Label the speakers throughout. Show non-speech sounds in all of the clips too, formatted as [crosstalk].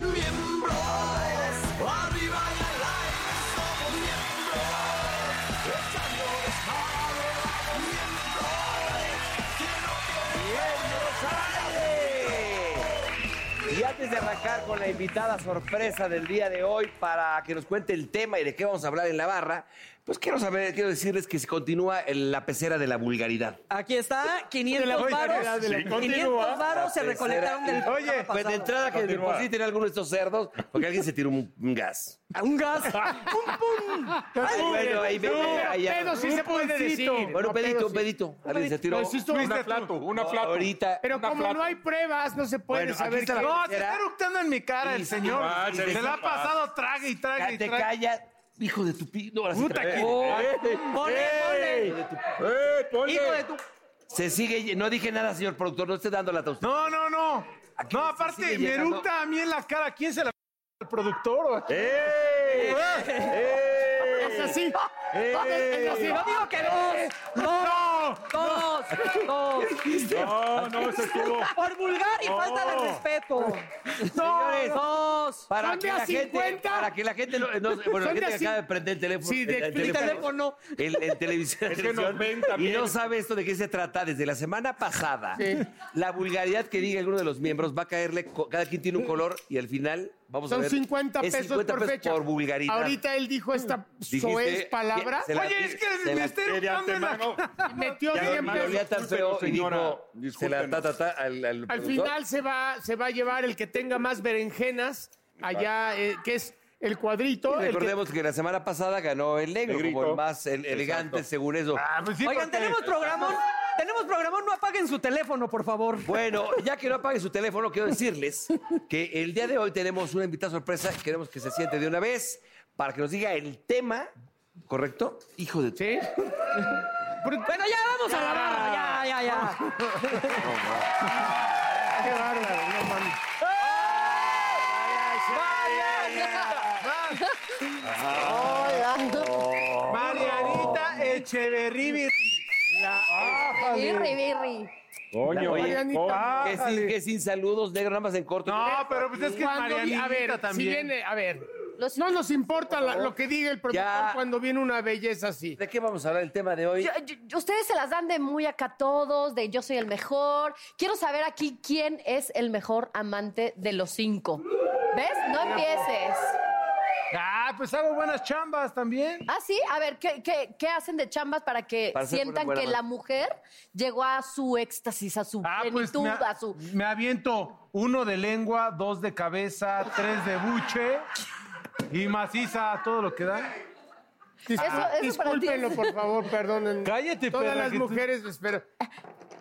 Speaker 1: Miembros, arriba y al aire somos miembros, echando desmadre, vamos miembros, quiero
Speaker 2: ¡Ándale! Y antes de arrancar con la invitada sorpresa del día de hoy para que nos cuente el tema y de qué vamos a hablar en la barra, pues quiero saber, quiero decirles que se continúa el- la pecera de la vulgaridad.
Speaker 3: Aquí está, 500
Speaker 4: vulgaridad,
Speaker 3: varos.
Speaker 4: de la- Sí,
Speaker 3: 500 varos se recolectaron del
Speaker 2: Oye,
Speaker 3: programa
Speaker 2: pues de
Speaker 3: pasado.
Speaker 2: entrada que
Speaker 4: Continúa.
Speaker 2: depositen alguno de estos cerdos porque alguien se tiró un, un gas.
Speaker 3: A un gas.
Speaker 4: [laughs]
Speaker 3: ¡Pum, pum!
Speaker 2: Ay, bueno, ahí
Speaker 4: No,
Speaker 2: viene, ahí ya.
Speaker 4: pedo sí se puede decir. pues,
Speaker 2: Bueno, un
Speaker 4: No, pedo
Speaker 2: pedito, un
Speaker 4: sí.
Speaker 2: pedito. Alguien se tiró.
Speaker 4: Lo hiciste
Speaker 5: Una
Speaker 4: tú.
Speaker 5: flato, una flato.
Speaker 2: Ahorita.
Speaker 4: Pero
Speaker 2: una
Speaker 4: como
Speaker 2: flato.
Speaker 4: no hay pruebas, no se puede
Speaker 2: Bueno, aquí
Speaker 4: saber.
Speaker 2: está la
Speaker 4: qué-
Speaker 5: No, se
Speaker 2: Era-
Speaker 5: está eructando en mi cara
Speaker 2: Y-
Speaker 5: el señor.
Speaker 2: Ah,
Speaker 5: se la ha pasado trague y
Speaker 2: Ca-
Speaker 5: trague y
Speaker 2: te
Speaker 5: trague.
Speaker 2: callas, hijo de tu pi... No, ahora sí
Speaker 5: Puta,
Speaker 2: te callas.
Speaker 5: que-
Speaker 2: Oh,
Speaker 4: Ay,
Speaker 2: eh,
Speaker 3: ponle,
Speaker 2: eh,
Speaker 3: ponle.
Speaker 2: hijo de tu-
Speaker 5: ¡Eh, ponle!
Speaker 3: Hijo de tu...
Speaker 2: Se sigue... lle- No dije nada, señor productor. No esté dando la usted.
Speaker 5: No, no, no.
Speaker 2: Aquí
Speaker 5: No,
Speaker 2: se
Speaker 5: aparte,
Speaker 2: sigue
Speaker 5: me
Speaker 2: llegando.
Speaker 5: eructa a mí en la cara. ¿Quién se la al productor o a quién?
Speaker 2: Eh.
Speaker 5: Ah, eh.
Speaker 4: Es así. Es así.
Speaker 3: Yo digo que dos, dos,
Speaker 5: ¡No!
Speaker 3: dos, dos.
Speaker 5: No, no, se estuvo.
Speaker 3: Por vulgar y falta de respeto.
Speaker 2: Señores,
Speaker 3: Dos.
Speaker 2: para
Speaker 4: ¿Son
Speaker 2: que
Speaker 4: de a
Speaker 2: la gente...
Speaker 4: 50?
Speaker 2: Para que la gente... no- no- bueno, la
Speaker 4: ¿Son de
Speaker 2: gente
Speaker 4: a
Speaker 2: que acaba de prender el teléfono.
Speaker 4: Sí, de-
Speaker 2: el- el
Speaker 4: mi
Speaker 3: teléfono.
Speaker 2: El, el televisión.
Speaker 5: Es que nos ven
Speaker 2: y
Speaker 5: también.
Speaker 2: no sabe esto de qué se trata. Desde la semana pasada, la vulgaridad que diga alguno de los miembros va a caerle... co- Cada quien tiene un color y al final... Vamos a
Speaker 4: Son
Speaker 2: ver.
Speaker 4: 50
Speaker 2: es
Speaker 4: pesos
Speaker 2: 50
Speaker 4: por fecha.
Speaker 2: por vulgaridad.
Speaker 4: Ahorita él dijo esta
Speaker 2: Dijiste-
Speaker 4: soez palabra.
Speaker 2: Se la-
Speaker 5: Oye, es
Speaker 2: se
Speaker 5: que
Speaker 2: la-
Speaker 5: me está eructando en la cara.
Speaker 4: y metió
Speaker 2: Ya
Speaker 4: 100
Speaker 2: me olía
Speaker 4: pesos.
Speaker 2: tan feo y
Speaker 5: Discúlpenos,
Speaker 2: dijo,
Speaker 5: señora.
Speaker 2: se la ta, ta, ta, al, al
Speaker 4: Al
Speaker 2: productor.
Speaker 4: final se va, se va a llevar el que tenga más berenjenas allá, eh, que es el cuadrito. el que-
Speaker 2: Recordemos que la semana pasada ganó el negro,
Speaker 5: Negrito.
Speaker 2: como el más el- elegante, según eso.
Speaker 5: Ah, pues sí,
Speaker 3: Oigan,
Speaker 5: porque-
Speaker 3: tenemos
Speaker 5: [laughs]
Speaker 3: programón. Tenemos programón. No apaguen su teléfono, por favor.
Speaker 2: Bueno, ya que no apague su teléfono, quiero decirles que el día de hoy tenemos una invitada sorpresa. Queremos que se siente de una vez para que nos diga el tema, ¿correcto? Hijo de...
Speaker 4: ¿Sí?
Speaker 3: Bueno, ya vamos a la barra. Ya, ya, ya.
Speaker 4: Qué bárbaro, no mames.
Speaker 3: ¡Eh!
Speaker 5: Marianita Echeverri.
Speaker 3: Ah,
Speaker 6: Birri, birri.
Speaker 4: Marianita.
Speaker 2: Que sin, que sin saludos, negro, nada más en corto.
Speaker 5: Ah, No, pero pues es que
Speaker 4: Cuando vi-
Speaker 5: Marianita
Speaker 4: a ver, si
Speaker 5: también.
Speaker 4: viene, a ver, no nos importa la- lo que diga el productor
Speaker 2: Ya.
Speaker 4: cuando viene una belleza así.
Speaker 2: ¿De qué vamos a hablar el tema de hoy?
Speaker 6: Yo- yo- ustedes se las dan de muy acá todos, de yo soy el mejor. Quiero saber aquí quién es el mejor amante de los cinco. ¿Ves? No empieces.
Speaker 5: Ah, pues hago buenas chambas también.
Speaker 6: Ah, sí, a ver, ¿qué, qué, qué hacen de chambas para que
Speaker 2: Para ser
Speaker 6: sientan
Speaker 2: buena
Speaker 6: que la
Speaker 2: amante.
Speaker 6: mujer llegó a su éxtasis, a su
Speaker 5: Ah, pues
Speaker 6: plenitud,
Speaker 5: me,
Speaker 6: a su...
Speaker 5: me aviento uno de lengua, dos de cabeza, tres de buche y maciza, todo lo que da.
Speaker 4: Dis-
Speaker 6: Eso- eso para ti.
Speaker 4: Discúlpenlo, por favor, perdonen.
Speaker 5: Cállate,
Speaker 4: Todas
Speaker 5: perra,
Speaker 4: las
Speaker 5: que tú-
Speaker 4: mujeres, espero.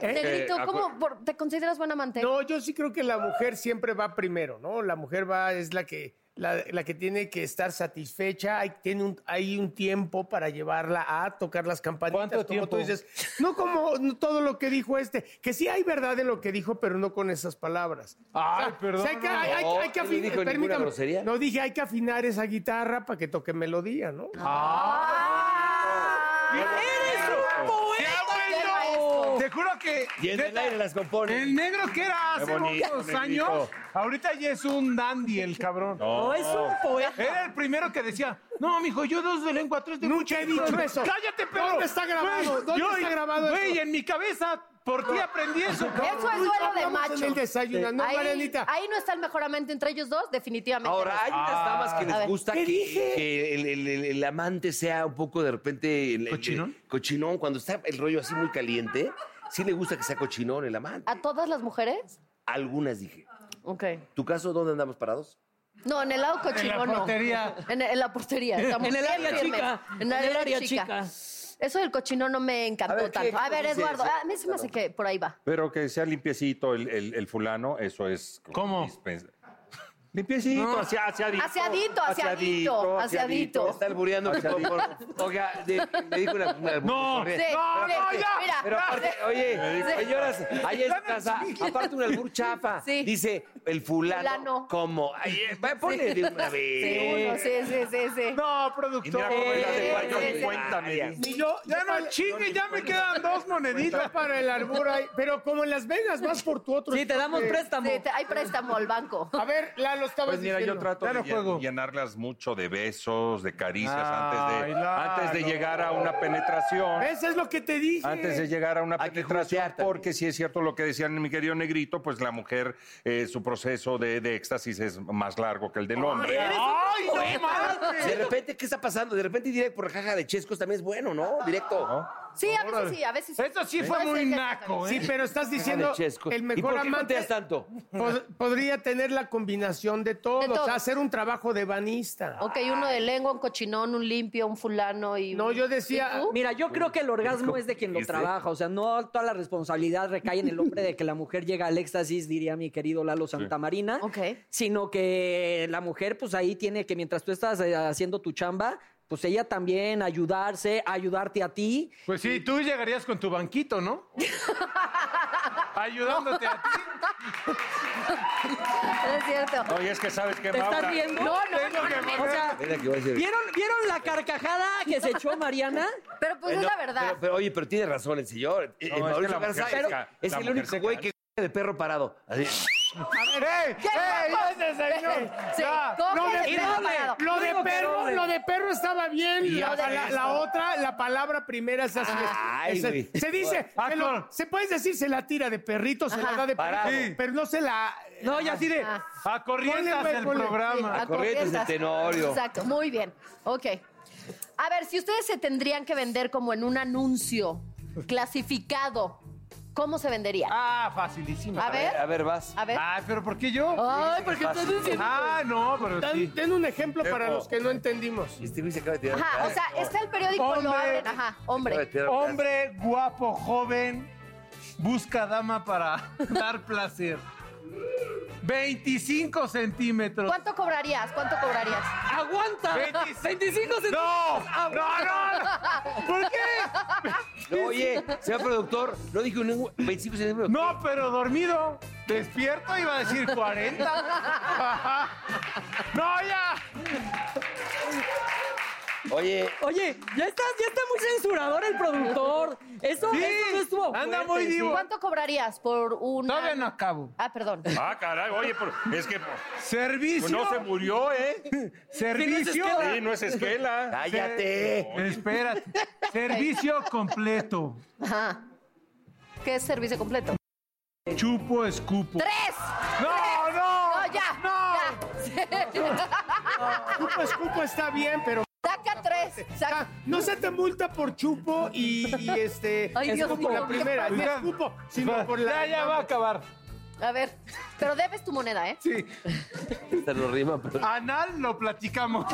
Speaker 6: Negrito,
Speaker 2: Eh,
Speaker 6: ¿cómo por- te consideras buen amante?
Speaker 4: No, yo sí creo que la mujer siempre va primero, ¿no? La mujer va, es la que, la, la que tiene que estar satisfecha. Hay, tiene un, hay un tiempo para llevarla a tocar las campanitas.
Speaker 5: ¿Cuánto
Speaker 4: como
Speaker 5: tiempo?
Speaker 4: tú dices. No como no todo lo que dijo este, que sí hay verdad en lo que dijo, pero no con esas palabras.
Speaker 5: Ay, perdón,
Speaker 4: hay que,
Speaker 5: no,
Speaker 4: hay- hay-
Speaker 2: no,
Speaker 4: hay que
Speaker 2: no dijo
Speaker 4: afinar.
Speaker 2: ninguna
Speaker 4: permítame,
Speaker 2: grosería.
Speaker 4: No dije, hay que afinar esa guitarra para que toque melodía, ¿no?
Speaker 3: Ah.
Speaker 4: Ah.
Speaker 3: ¡Eres un
Speaker 6: ¡Qué
Speaker 3: poeta!
Speaker 6: maestro!
Speaker 5: Te juro que
Speaker 2: y en el
Speaker 5: neta,
Speaker 2: aire las compone.
Speaker 5: el negro que era hace
Speaker 4: bonito,
Speaker 5: unos
Speaker 4: negrito.
Speaker 5: años, ahorita ya es un dandy el cabrón.
Speaker 3: No, es un poeta.
Speaker 5: Era el primero que decía, no, mijo, yo dos de lengua, tres de
Speaker 4: Nunca he
Speaker 5: buche".
Speaker 4: dicho eso.
Speaker 5: Cállate, pero.
Speaker 4: ¿Dónde está grabado?
Speaker 5: Güey,
Speaker 4: ¿Dónde
Speaker 5: yo-
Speaker 4: está grabado
Speaker 5: Güey,
Speaker 4: eso?
Speaker 5: en mi cabeza, Por ti aprendí eso, cabrón.
Speaker 6: Eso es duelo de
Speaker 4: hablamos en
Speaker 6: macho.
Speaker 4: el desayuno, ¿no,
Speaker 6: ahí,
Speaker 4: Marianita?
Speaker 6: ahí no está el mejoramiento entre ellos dos, definitivamente.
Speaker 2: Ahora,
Speaker 6: no.
Speaker 2: hay unas damas que
Speaker 6: Ah. a
Speaker 2: les
Speaker 6: ver.
Speaker 2: gusta que, que el, el- el- el amante sea un poco de repente. el- el-
Speaker 5: ¿Cochinón?
Speaker 2: el- cochinón, cuando está el rollo así muy caliente, sí le gusta que sea cochinón el amante.
Speaker 6: ¿A todas las mujeres?
Speaker 2: Algunas dije.
Speaker 6: Ok.
Speaker 2: ¿Tu caso dónde andamos parados?
Speaker 6: No, en el lado
Speaker 5: En la
Speaker 6: cochino no.
Speaker 5: portería.
Speaker 6: En, en la portería. estamos
Speaker 3: En el
Speaker 6: bien
Speaker 3: área
Speaker 6: firmes.
Speaker 3: chica.
Speaker 6: En el área chica. Eso del cochino no me encantó
Speaker 2: A ver, ¿qué-
Speaker 6: tanto.
Speaker 2: qué
Speaker 6: A ver,
Speaker 2: dices?
Speaker 6: Eduardo, ah, a mí se me hace que por ahí va.
Speaker 7: Pero que sea limpiecito el, el- el fulano, eso es.
Speaker 5: ¿Cómo?
Speaker 7: dispensa- [laughs] Limpiecito, hacia, hacia adicto.
Speaker 6: Hacia adicto, hacia adicto, hacia adicto.
Speaker 2: Está albureando.
Speaker 6: [laughs]
Speaker 2: Oiga, le, le dijo una. una
Speaker 5: No.
Speaker 2: alburera.
Speaker 6: Sí,
Speaker 5: No,
Speaker 6: sí,
Speaker 5: no, ya.
Speaker 6: mira,
Speaker 2: Pero aparte,
Speaker 6: sí.
Speaker 2: oye,
Speaker 6: Sí.
Speaker 2: señoras, allá en su casa, aparte un albur chafa,
Speaker 6: [laughs] Sí.
Speaker 2: dice el fulano,
Speaker 6: Fulano.
Speaker 2: como, ay, eh, va, ponle de una vez.
Speaker 6: Sí, uno, sí, sí, sí, sí.
Speaker 5: No, productor.
Speaker 4: Ni yo,
Speaker 5: Ya
Speaker 4: yo para-
Speaker 5: no chingue, ya me quedan dos
Speaker 4: yo
Speaker 5: moneditas.
Speaker 4: para el arbor ahí, pero como en Las Vegas, vas por tu otro.
Speaker 3: Sí, te damos
Speaker 4: Eh,
Speaker 3: préstamo.
Speaker 6: Sí, te- hay préstamo al banco.
Speaker 4: A ver, Lalo, estabas
Speaker 7: Pues mira, yo
Speaker 4: diciendo.
Speaker 7: trato
Speaker 5: Ya
Speaker 7: de
Speaker 5: no juego.
Speaker 7: llen- llenarlas mucho de besos, de caricias, antes,
Speaker 5: Ay,
Speaker 7: de,
Speaker 5: Lalo.
Speaker 7: antes de llegar a una penetración.
Speaker 4: ¿Ves? Eh, Es lo que te dije.
Speaker 7: Antes de llegar a una
Speaker 2: Hay que
Speaker 7: penetración,
Speaker 2: juguetear también.
Speaker 7: porque si es cierto lo que decían mi querido Negrito, pues la mujer, eh, su proceso de, de éxtasis es más largo que el del hombre.
Speaker 5: Ay, no
Speaker 2: De
Speaker 5: mames.
Speaker 2: repente, ¿qué está pasando? De repente, directo por la caja de Chescos también es bueno, ¿no? Directo.
Speaker 6: Sí, a veces sí, a veces sí.
Speaker 5: Eso sí
Speaker 6: Puede
Speaker 5: fue muy
Speaker 6: ser que-
Speaker 5: naco,
Speaker 4: Sí,
Speaker 5: ¿eh?
Speaker 4: pero estás diciendo
Speaker 2: de Chescos.
Speaker 4: el
Speaker 2: ¿Y por
Speaker 4: mejor
Speaker 2: qué
Speaker 4: amante
Speaker 2: conteas tanto?
Speaker 4: pod- podría tener la combinación de todo,
Speaker 6: De todo.
Speaker 4: o sea, hacer un trabajo de banista.
Speaker 6: Ok, uno de lengua, un cochinón, un limpio, un fulano y...
Speaker 4: No,
Speaker 6: un-
Speaker 4: yo decía-
Speaker 6: ¿Y tú?
Speaker 3: Mira, yo creo que el orgasmo es de quien lo trabaja, o sea, no toda la responsabilidad recae en el hombre de que la mujer llega al éxtasis, diría mi querido Lalo Santamarina,
Speaker 6: Ok.
Speaker 3: sino que la mujer pues ahí tiene que mientras tú estás eh, haciendo tu chamba, pues ella también ayudarse, ayudarte a ti.
Speaker 5: Pues sí, tú llegarías con tu
Speaker 4: [laughs]
Speaker 5: banquito, ¿no? Ayudándote a ti.
Speaker 6: [laughs] Es cierto.
Speaker 7: No, y es que sabes que
Speaker 3: ¿Te
Speaker 7: Maura,
Speaker 3: estás riendo?
Speaker 6: No, no,
Speaker 5: Tengo que
Speaker 3: O
Speaker 5: poner-
Speaker 3: sea,
Speaker 2: Mira que voy a decir-
Speaker 3: ¿vieron, ¿vieron la carcajada que se echó Mariana?
Speaker 6: Pero pues es
Speaker 2: Eh, No,
Speaker 6: la verdad.
Speaker 2: Pero, pero, oye, pero tiene razón el señor. Eh, eh,
Speaker 7: No, es que
Speaker 2: Mauricio
Speaker 7: la mujer
Speaker 2: Garza
Speaker 7: se
Speaker 2: es-
Speaker 7: ca-
Speaker 2: es
Speaker 7: la
Speaker 2: el
Speaker 7: mujer
Speaker 2: único
Speaker 7: se
Speaker 2: güey
Speaker 7: cansa.
Speaker 2: que de perro parado. Así.
Speaker 4: ¡eh!
Speaker 5: ¡Ey!
Speaker 6: ¿Qué
Speaker 5: ¡Ey!
Speaker 6: guapo?
Speaker 5: ese señor!
Speaker 6: [laughs] Sí,
Speaker 5: Ya.
Speaker 6: ¿cómo
Speaker 4: Lo
Speaker 6: que
Speaker 4: de
Speaker 6: se
Speaker 4: perro,
Speaker 6: queda parado?
Speaker 4: lo de
Speaker 3: Digo que
Speaker 4: perro,
Speaker 3: no, de-
Speaker 4: lo de perro estaba bien. La,
Speaker 6: de
Speaker 4: la- la otra, la palabra primera es así.
Speaker 2: Ay,
Speaker 4: Esa-
Speaker 2: güey.
Speaker 4: se dice,
Speaker 5: Ah,
Speaker 4: se, lo-
Speaker 5: claro.
Speaker 4: se puede decir, se la tira de perrito, se la da de
Speaker 2: Parado.
Speaker 4: perrito,
Speaker 5: Sí.
Speaker 4: pero no se la.
Speaker 5: No, ya así de. A corrientas
Speaker 4: Ponle,
Speaker 5: del
Speaker 4: ponle.
Speaker 5: programa.
Speaker 6: Ah. Sí, a
Speaker 2: corrientes de
Speaker 6: corrientas.
Speaker 2: Tenorio.
Speaker 6: Ah, Exacto, muy bien. Ok. A ver, si ustedes se tendrían que vender como en un anuncio clasificado, ¿cómo se vendería?
Speaker 5: Ah, facilísima.
Speaker 6: A ver,
Speaker 2: A ver, vas.
Speaker 6: a ver.
Speaker 5: Ay, pero ¿por qué yo?
Speaker 4: Oh.
Speaker 6: Ay, porque estás diciendo...
Speaker 5: Ah, no, pero
Speaker 4: Dan,
Speaker 5: sí.
Speaker 4: den un ejemplo para los que no entendimos.
Speaker 2: Este güey se acaba de tirar.
Speaker 6: Ajá, o sea, está el periódico, lo
Speaker 5: Hombre.
Speaker 6: abren, ajá,
Speaker 2: Se acaba de
Speaker 6: hombre.
Speaker 2: tirar.
Speaker 5: Hombre guapo, joven, busca dama para [laughs] dar placer. 25 centímetros.
Speaker 6: ¿Cuánto cobrarías? ¿Cuánto cobrarías?
Speaker 3: ¡Aguanta!
Speaker 5: 25.
Speaker 3: 25 centímetros.
Speaker 5: ¡No!
Speaker 6: Ah,
Speaker 5: ¡No, no! no. [laughs] ¿Por qué?
Speaker 2: No, oye, señor productor, no dijo ningún 25 centímetros.
Speaker 5: No, pero dormido. Despierto iba a decir 40. ¡No, ya!
Speaker 2: Oye,
Speaker 3: Oye, ya está, ya está muy censurador el productor. Eso,
Speaker 5: Sí,
Speaker 3: eso no estuvo
Speaker 5: anda
Speaker 3: fuerte,
Speaker 5: muy divo.
Speaker 6: ¿Cuánto cobrarías por un...
Speaker 5: Todavía no acabo.
Speaker 6: Ah, perdón.
Speaker 7: Ah, caray, oye, por- es que
Speaker 5: Servicio.
Speaker 7: pues, no se murió, ¿eh?
Speaker 5: [laughs] Servicio.
Speaker 7: Sí, no es esquela.
Speaker 2: cállate.
Speaker 5: Espérate. Servicio completo.
Speaker 6: Ajá. ¿Qué es servicio completo?
Speaker 5: Chupo, escupo.
Speaker 6: ¡Tres!
Speaker 5: ¡No, no!
Speaker 6: No, ya.
Speaker 5: ¡No!
Speaker 6: ya. Sí.
Speaker 4: Chupo escupo está bien, pero
Speaker 6: Saca tres.
Speaker 4: ah,
Speaker 6: Saca.
Speaker 4: no se te multa por chupo y, y, este.
Speaker 6: Ay, Dios
Speaker 4: escupo,
Speaker 6: mío,
Speaker 4: la
Speaker 6: qué
Speaker 4: primera, no
Speaker 5: Ya.
Speaker 4: escupo, sino por la.
Speaker 5: Ya, ya va a acabar.
Speaker 6: A ver. Pero debes tu moneda, ¿eh?
Speaker 5: Sí.
Speaker 2: Esta no rima, pero.
Speaker 5: Anal lo platicamos.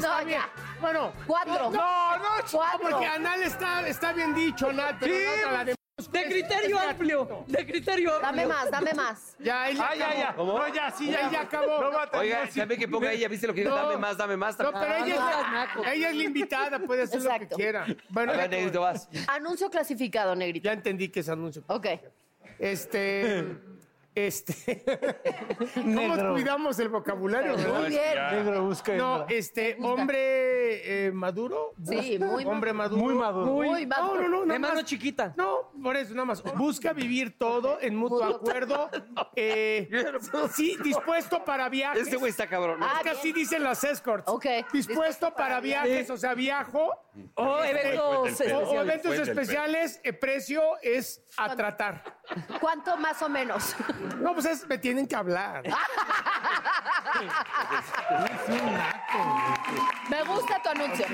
Speaker 6: No, ya.
Speaker 4: Bueno,
Speaker 6: Cuatro.
Speaker 5: No, no, ch-
Speaker 6: Cuatro.
Speaker 4: porque anal está, está bien dicho, anal, pero
Speaker 5: Sí.
Speaker 4: no otra, la de-
Speaker 3: De criterio amplio. De criterio amplio.
Speaker 6: Dame más, dame más.
Speaker 4: [laughs] Ya, él
Speaker 5: Ah, ya, ya.
Speaker 2: ¿Cómo?
Speaker 5: No, ya, sí, ya.
Speaker 4: Ya, ya acabó.
Speaker 5: No va a terminar
Speaker 2: Oiga,
Speaker 5: así.
Speaker 2: también que ponga ella, ¿viste lo que dijo? Dame más, dame más. Ah.
Speaker 4: No,
Speaker 2: Dame...
Speaker 4: pero ella,
Speaker 6: Ah, no
Speaker 4: es,
Speaker 6: seas naco.
Speaker 4: la, ella es la invitada, puede hacer lo que
Speaker 6: Exacto.
Speaker 4: quiera. Bueno,
Speaker 2: A ver,
Speaker 4: ya-
Speaker 2: negrito, vas.
Speaker 6: Anuncio clasificado, negrito.
Speaker 4: ya entendí que es anuncio.
Speaker 6: Ok.
Speaker 4: Este, Este, ¿Cómo
Speaker 5: Negro.
Speaker 4: cuidamos el vocabulario?
Speaker 6: Muy
Speaker 4: verdad?
Speaker 6: bien.
Speaker 5: Negro busca.
Speaker 4: No, este, hombre eh, maduro.
Speaker 6: Sí,
Speaker 4: busca-
Speaker 6: muy
Speaker 4: Hombre maduro.
Speaker 5: Muy maduro.
Speaker 6: Muy
Speaker 4: No,
Speaker 6: maduro.
Speaker 4: no, no,
Speaker 3: De
Speaker 4: nada
Speaker 3: mano
Speaker 4: más-
Speaker 3: chiquita.
Speaker 4: No, por eso, nada más. Busca vivir todo en mutuo acuerdo. eh, sí, dispuesto para viajes.
Speaker 2: Este güey está cabrón. ¿no?
Speaker 6: Ah,
Speaker 4: Es que así dicen las escorts.
Speaker 6: Ok.
Speaker 4: Dispuesto para viajes, o sea, viajo.
Speaker 3: Oh, eventos.
Speaker 4: O, o
Speaker 3: especiales.
Speaker 4: eventos
Speaker 7: Fuente del
Speaker 4: especiales, eh, precio es a tratar.
Speaker 6: ¿Cuánto más o menos? Ah,
Speaker 4: No, pues es, me tienen que hablar.
Speaker 6: Me gusta tu anuncio.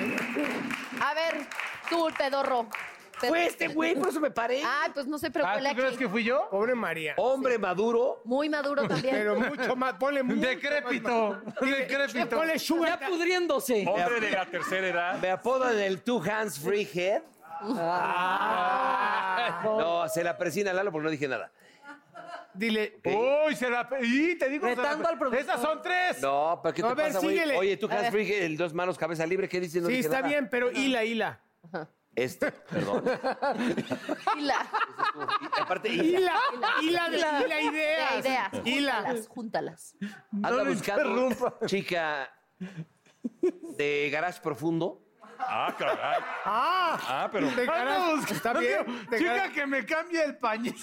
Speaker 6: A ver, tú, el pedorro.
Speaker 2: Fue este güey, por eso me paré.
Speaker 6: Ay, pues no sé, pero
Speaker 5: Ah,
Speaker 6: huele
Speaker 5: ¿tú crees
Speaker 6: aquí.
Speaker 5: que fui yo?
Speaker 4: Pobre María.
Speaker 2: Hombre maduro.
Speaker 6: Muy maduro también.
Speaker 4: Pero mucho más, ponle mucho
Speaker 5: Decrépito,
Speaker 4: más- Dile,
Speaker 5: decrépito.
Speaker 4: Ponle
Speaker 3: Ya
Speaker 4: sugar. daddy.
Speaker 3: pudriéndose.
Speaker 7: Hombre de la tercera edad.
Speaker 2: Me apodan el Two Hands Free Head. No, se la presina Lalo porque no dije nada.
Speaker 4: Dile,
Speaker 5: Uy, se la... pe- Y te digo... se la
Speaker 3: Retando
Speaker 5: pe-
Speaker 3: al productor.
Speaker 5: ¡Esas son tres!
Speaker 2: No, pero ¿qué
Speaker 4: No,
Speaker 2: te
Speaker 4: a ver,
Speaker 2: pasa, güey?
Speaker 4: síguele.
Speaker 2: Oye, Two
Speaker 6: A
Speaker 2: Hands
Speaker 6: ver.
Speaker 2: Free Head, el dos manos, cabeza libre, ¿qué dices? No
Speaker 4: sí,
Speaker 2: dije
Speaker 4: está
Speaker 2: nada.
Speaker 4: bien, pero hila, hila.
Speaker 2: Este,
Speaker 5: [laughs]
Speaker 2: perdón.
Speaker 6: Y la-
Speaker 2: Y aparte, y-
Speaker 6: [laughs]
Speaker 4: Hila, hila, de- hila
Speaker 6: la
Speaker 4: ideas.
Speaker 6: idea.
Speaker 4: Hila.
Speaker 6: Júntalas, júntalas.
Speaker 2: anda buscando chica de garage profundo.
Speaker 7: Ah, caray.
Speaker 4: Ah,
Speaker 7: Ah, pero.
Speaker 4: de cara-
Speaker 5: Ando
Speaker 4: Está
Speaker 5: buscando
Speaker 4: bien. de
Speaker 5: Chica
Speaker 4: cara-
Speaker 5: que me cambie el pañal.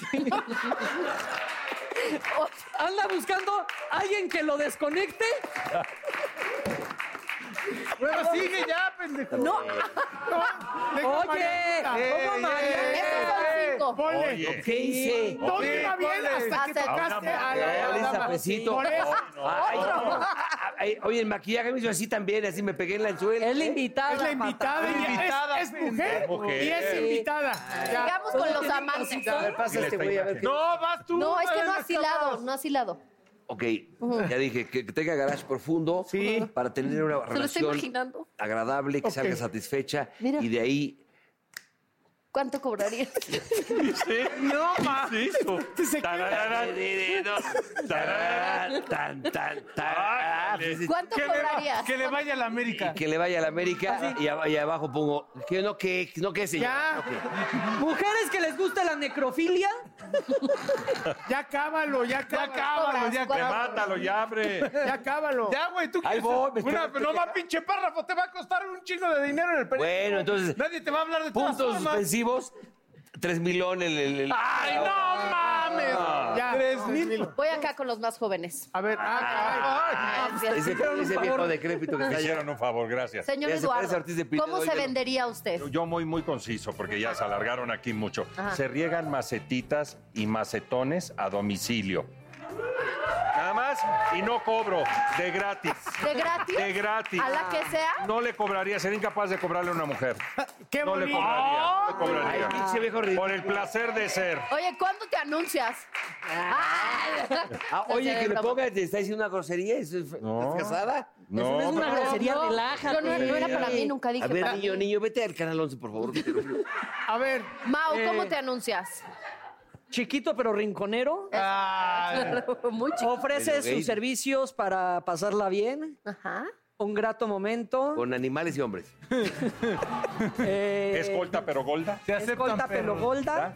Speaker 3: Anda buscando alguien que lo desconecte.
Speaker 5: Bueno, sigue ya, pendejo.
Speaker 6: No,
Speaker 4: [laughs] Deja a María.
Speaker 3: Oye, ¿cómo
Speaker 5: Eh,
Speaker 3: María?
Speaker 6: esos son
Speaker 5: eh,
Speaker 6: cinco.
Speaker 4: Ponle.
Speaker 7: Oye.
Speaker 2: ¿Qué hice?
Speaker 4: Todo iba bien
Speaker 5: ponle.
Speaker 2: Ah,
Speaker 4: hasta que
Speaker 6: Hasta-
Speaker 4: tocaste a la- a
Speaker 2: Dale
Speaker 4: la dama.
Speaker 2: sapecito.
Speaker 4: Por eso,
Speaker 2: Ay, ay, Oye, el maquillaje me hizo así también, así me pegué en la anzuela. ¿eh?
Speaker 3: Es la invitada.
Speaker 4: es la invitada.
Speaker 5: Es
Speaker 4: y es-
Speaker 5: invitada,
Speaker 4: es,
Speaker 2: pues,
Speaker 4: mujer,
Speaker 7: mujer.
Speaker 4: y es invitada. Ya.
Speaker 6: sigamos con los amantes.
Speaker 2: A ver, pasa este güey, a ver qué.
Speaker 5: No, vas tú.
Speaker 6: No, es que no
Speaker 5: Adela,
Speaker 6: asilado, no asilado.
Speaker 2: Ok, ya dije, que, que tenga garage profundo
Speaker 4: Sí.
Speaker 2: para tener una
Speaker 6: Se lo estoy
Speaker 2: relación
Speaker 6: imaginando.
Speaker 2: agradable, que
Speaker 4: Ok.
Speaker 2: salga satisfecha
Speaker 6: Mira.
Speaker 2: y de ahí...
Speaker 6: ¿Cuánto cobrarías?
Speaker 7: No, ma. Eso.
Speaker 4: [laughs] se
Speaker 7: Tararara, tararara.
Speaker 2: Tan, tan, tan.
Speaker 3: Ah,
Speaker 2: Ah,
Speaker 6: ¿Cuánto
Speaker 5: Que le, va-
Speaker 6: cobrarías?
Speaker 5: que le vaya a la América. Ah,
Speaker 2: que le vaya a la América y, ab- y abajo pongo que no que no que señora.
Speaker 4: Ya.
Speaker 2: Ok.
Speaker 3: Mujeres que les gusta la necrofilia.
Speaker 4: Ya cábalo, ya
Speaker 5: Ya
Speaker 4: cábalo.
Speaker 5: cábalo, ya
Speaker 6: ¿Cuánto?
Speaker 5: cábalo.
Speaker 7: Remátalo ya, abre.
Speaker 4: Ya cábalo.
Speaker 5: Ya, güey, tú
Speaker 2: Ahí
Speaker 5: quieres-
Speaker 2: voy, me
Speaker 5: Una,
Speaker 2: estoy-
Speaker 5: no más pinche párrafo, te va a costar un chingo de dinero en el periódico.
Speaker 2: Bueno, entonces-
Speaker 5: Nadie te va a hablar de todas
Speaker 2: Puntos
Speaker 5: formas.
Speaker 2: suspensivos, tres milón en el, el-
Speaker 5: [laughs] ¡Ay, no mames!
Speaker 2: Ah,
Speaker 4: Ya.
Speaker 5: Tres mil.
Speaker 6: Voy acá con los más jóvenes.
Speaker 4: A ver, ah,
Speaker 2: ese, ese viejo
Speaker 7: [laughs]
Speaker 2: decrépito que
Speaker 7: Me
Speaker 2: está allá.
Speaker 7: hicieron un favor, gracias.
Speaker 6: Señor
Speaker 2: Ya se parece a
Speaker 6: Eduardo,
Speaker 2: Ortiz de Pinedo,
Speaker 6: ¿cómo se
Speaker 2: oye, no.
Speaker 6: vendería usted?
Speaker 7: Yo muy, muy conciso, porque ya se alargaron aquí mucho.
Speaker 6: Ajá.
Speaker 7: Se riegan macetitas y macetones a domicilio. Nada más, y no cobro, de gratis.
Speaker 6: ¿De gratis?
Speaker 7: De gratis.
Speaker 6: ¿A la que sea?
Speaker 7: No le cobraría, sería incapaz de cobrarle a una mujer.
Speaker 4: caray. Ah, Qué
Speaker 7: No le
Speaker 4: bonito.
Speaker 7: cobraría, no le
Speaker 2: Ay,
Speaker 7: cobraría.
Speaker 2: pinche viejo ridículo.
Speaker 7: Por el placer de ser.
Speaker 6: Oye, ¿cuándo te anuncias? Ah.
Speaker 2: Ah,
Speaker 6: No, [laughs]
Speaker 2: oye,
Speaker 6: sea de
Speaker 2: que me
Speaker 6: broma.
Speaker 2: ponga, te está diciendo una grosería, ¿Eso es-
Speaker 7: No.
Speaker 2: ¿estás casada?
Speaker 3: Eso no es una
Speaker 7: pero-
Speaker 3: grosería,
Speaker 6: No,
Speaker 3: relájate.
Speaker 6: yo no, no era para mí, nunca dije
Speaker 2: A ver,
Speaker 6: para
Speaker 2: niño,
Speaker 6: mí.
Speaker 2: niño, vete al canal 11, por favor. que te lo juro.
Speaker 4: A ver,
Speaker 6: Mau, ¿cómo
Speaker 3: Eh. [laughs]
Speaker 6: te anuncias?
Speaker 3: Chiquito pero rinconero.
Speaker 6: Muy chico.
Speaker 3: Ofrece
Speaker 2: Pero gay.
Speaker 3: sus servicios para pasarla bien.
Speaker 6: Ajá.
Speaker 3: Un grato momento.
Speaker 2: Con animales y hombres.
Speaker 3: [laughs] Eh,
Speaker 7: ¿Es golda pero golda?
Speaker 5: Te aceptan,
Speaker 3: escolta
Speaker 5: perro.
Speaker 3: pelogolda.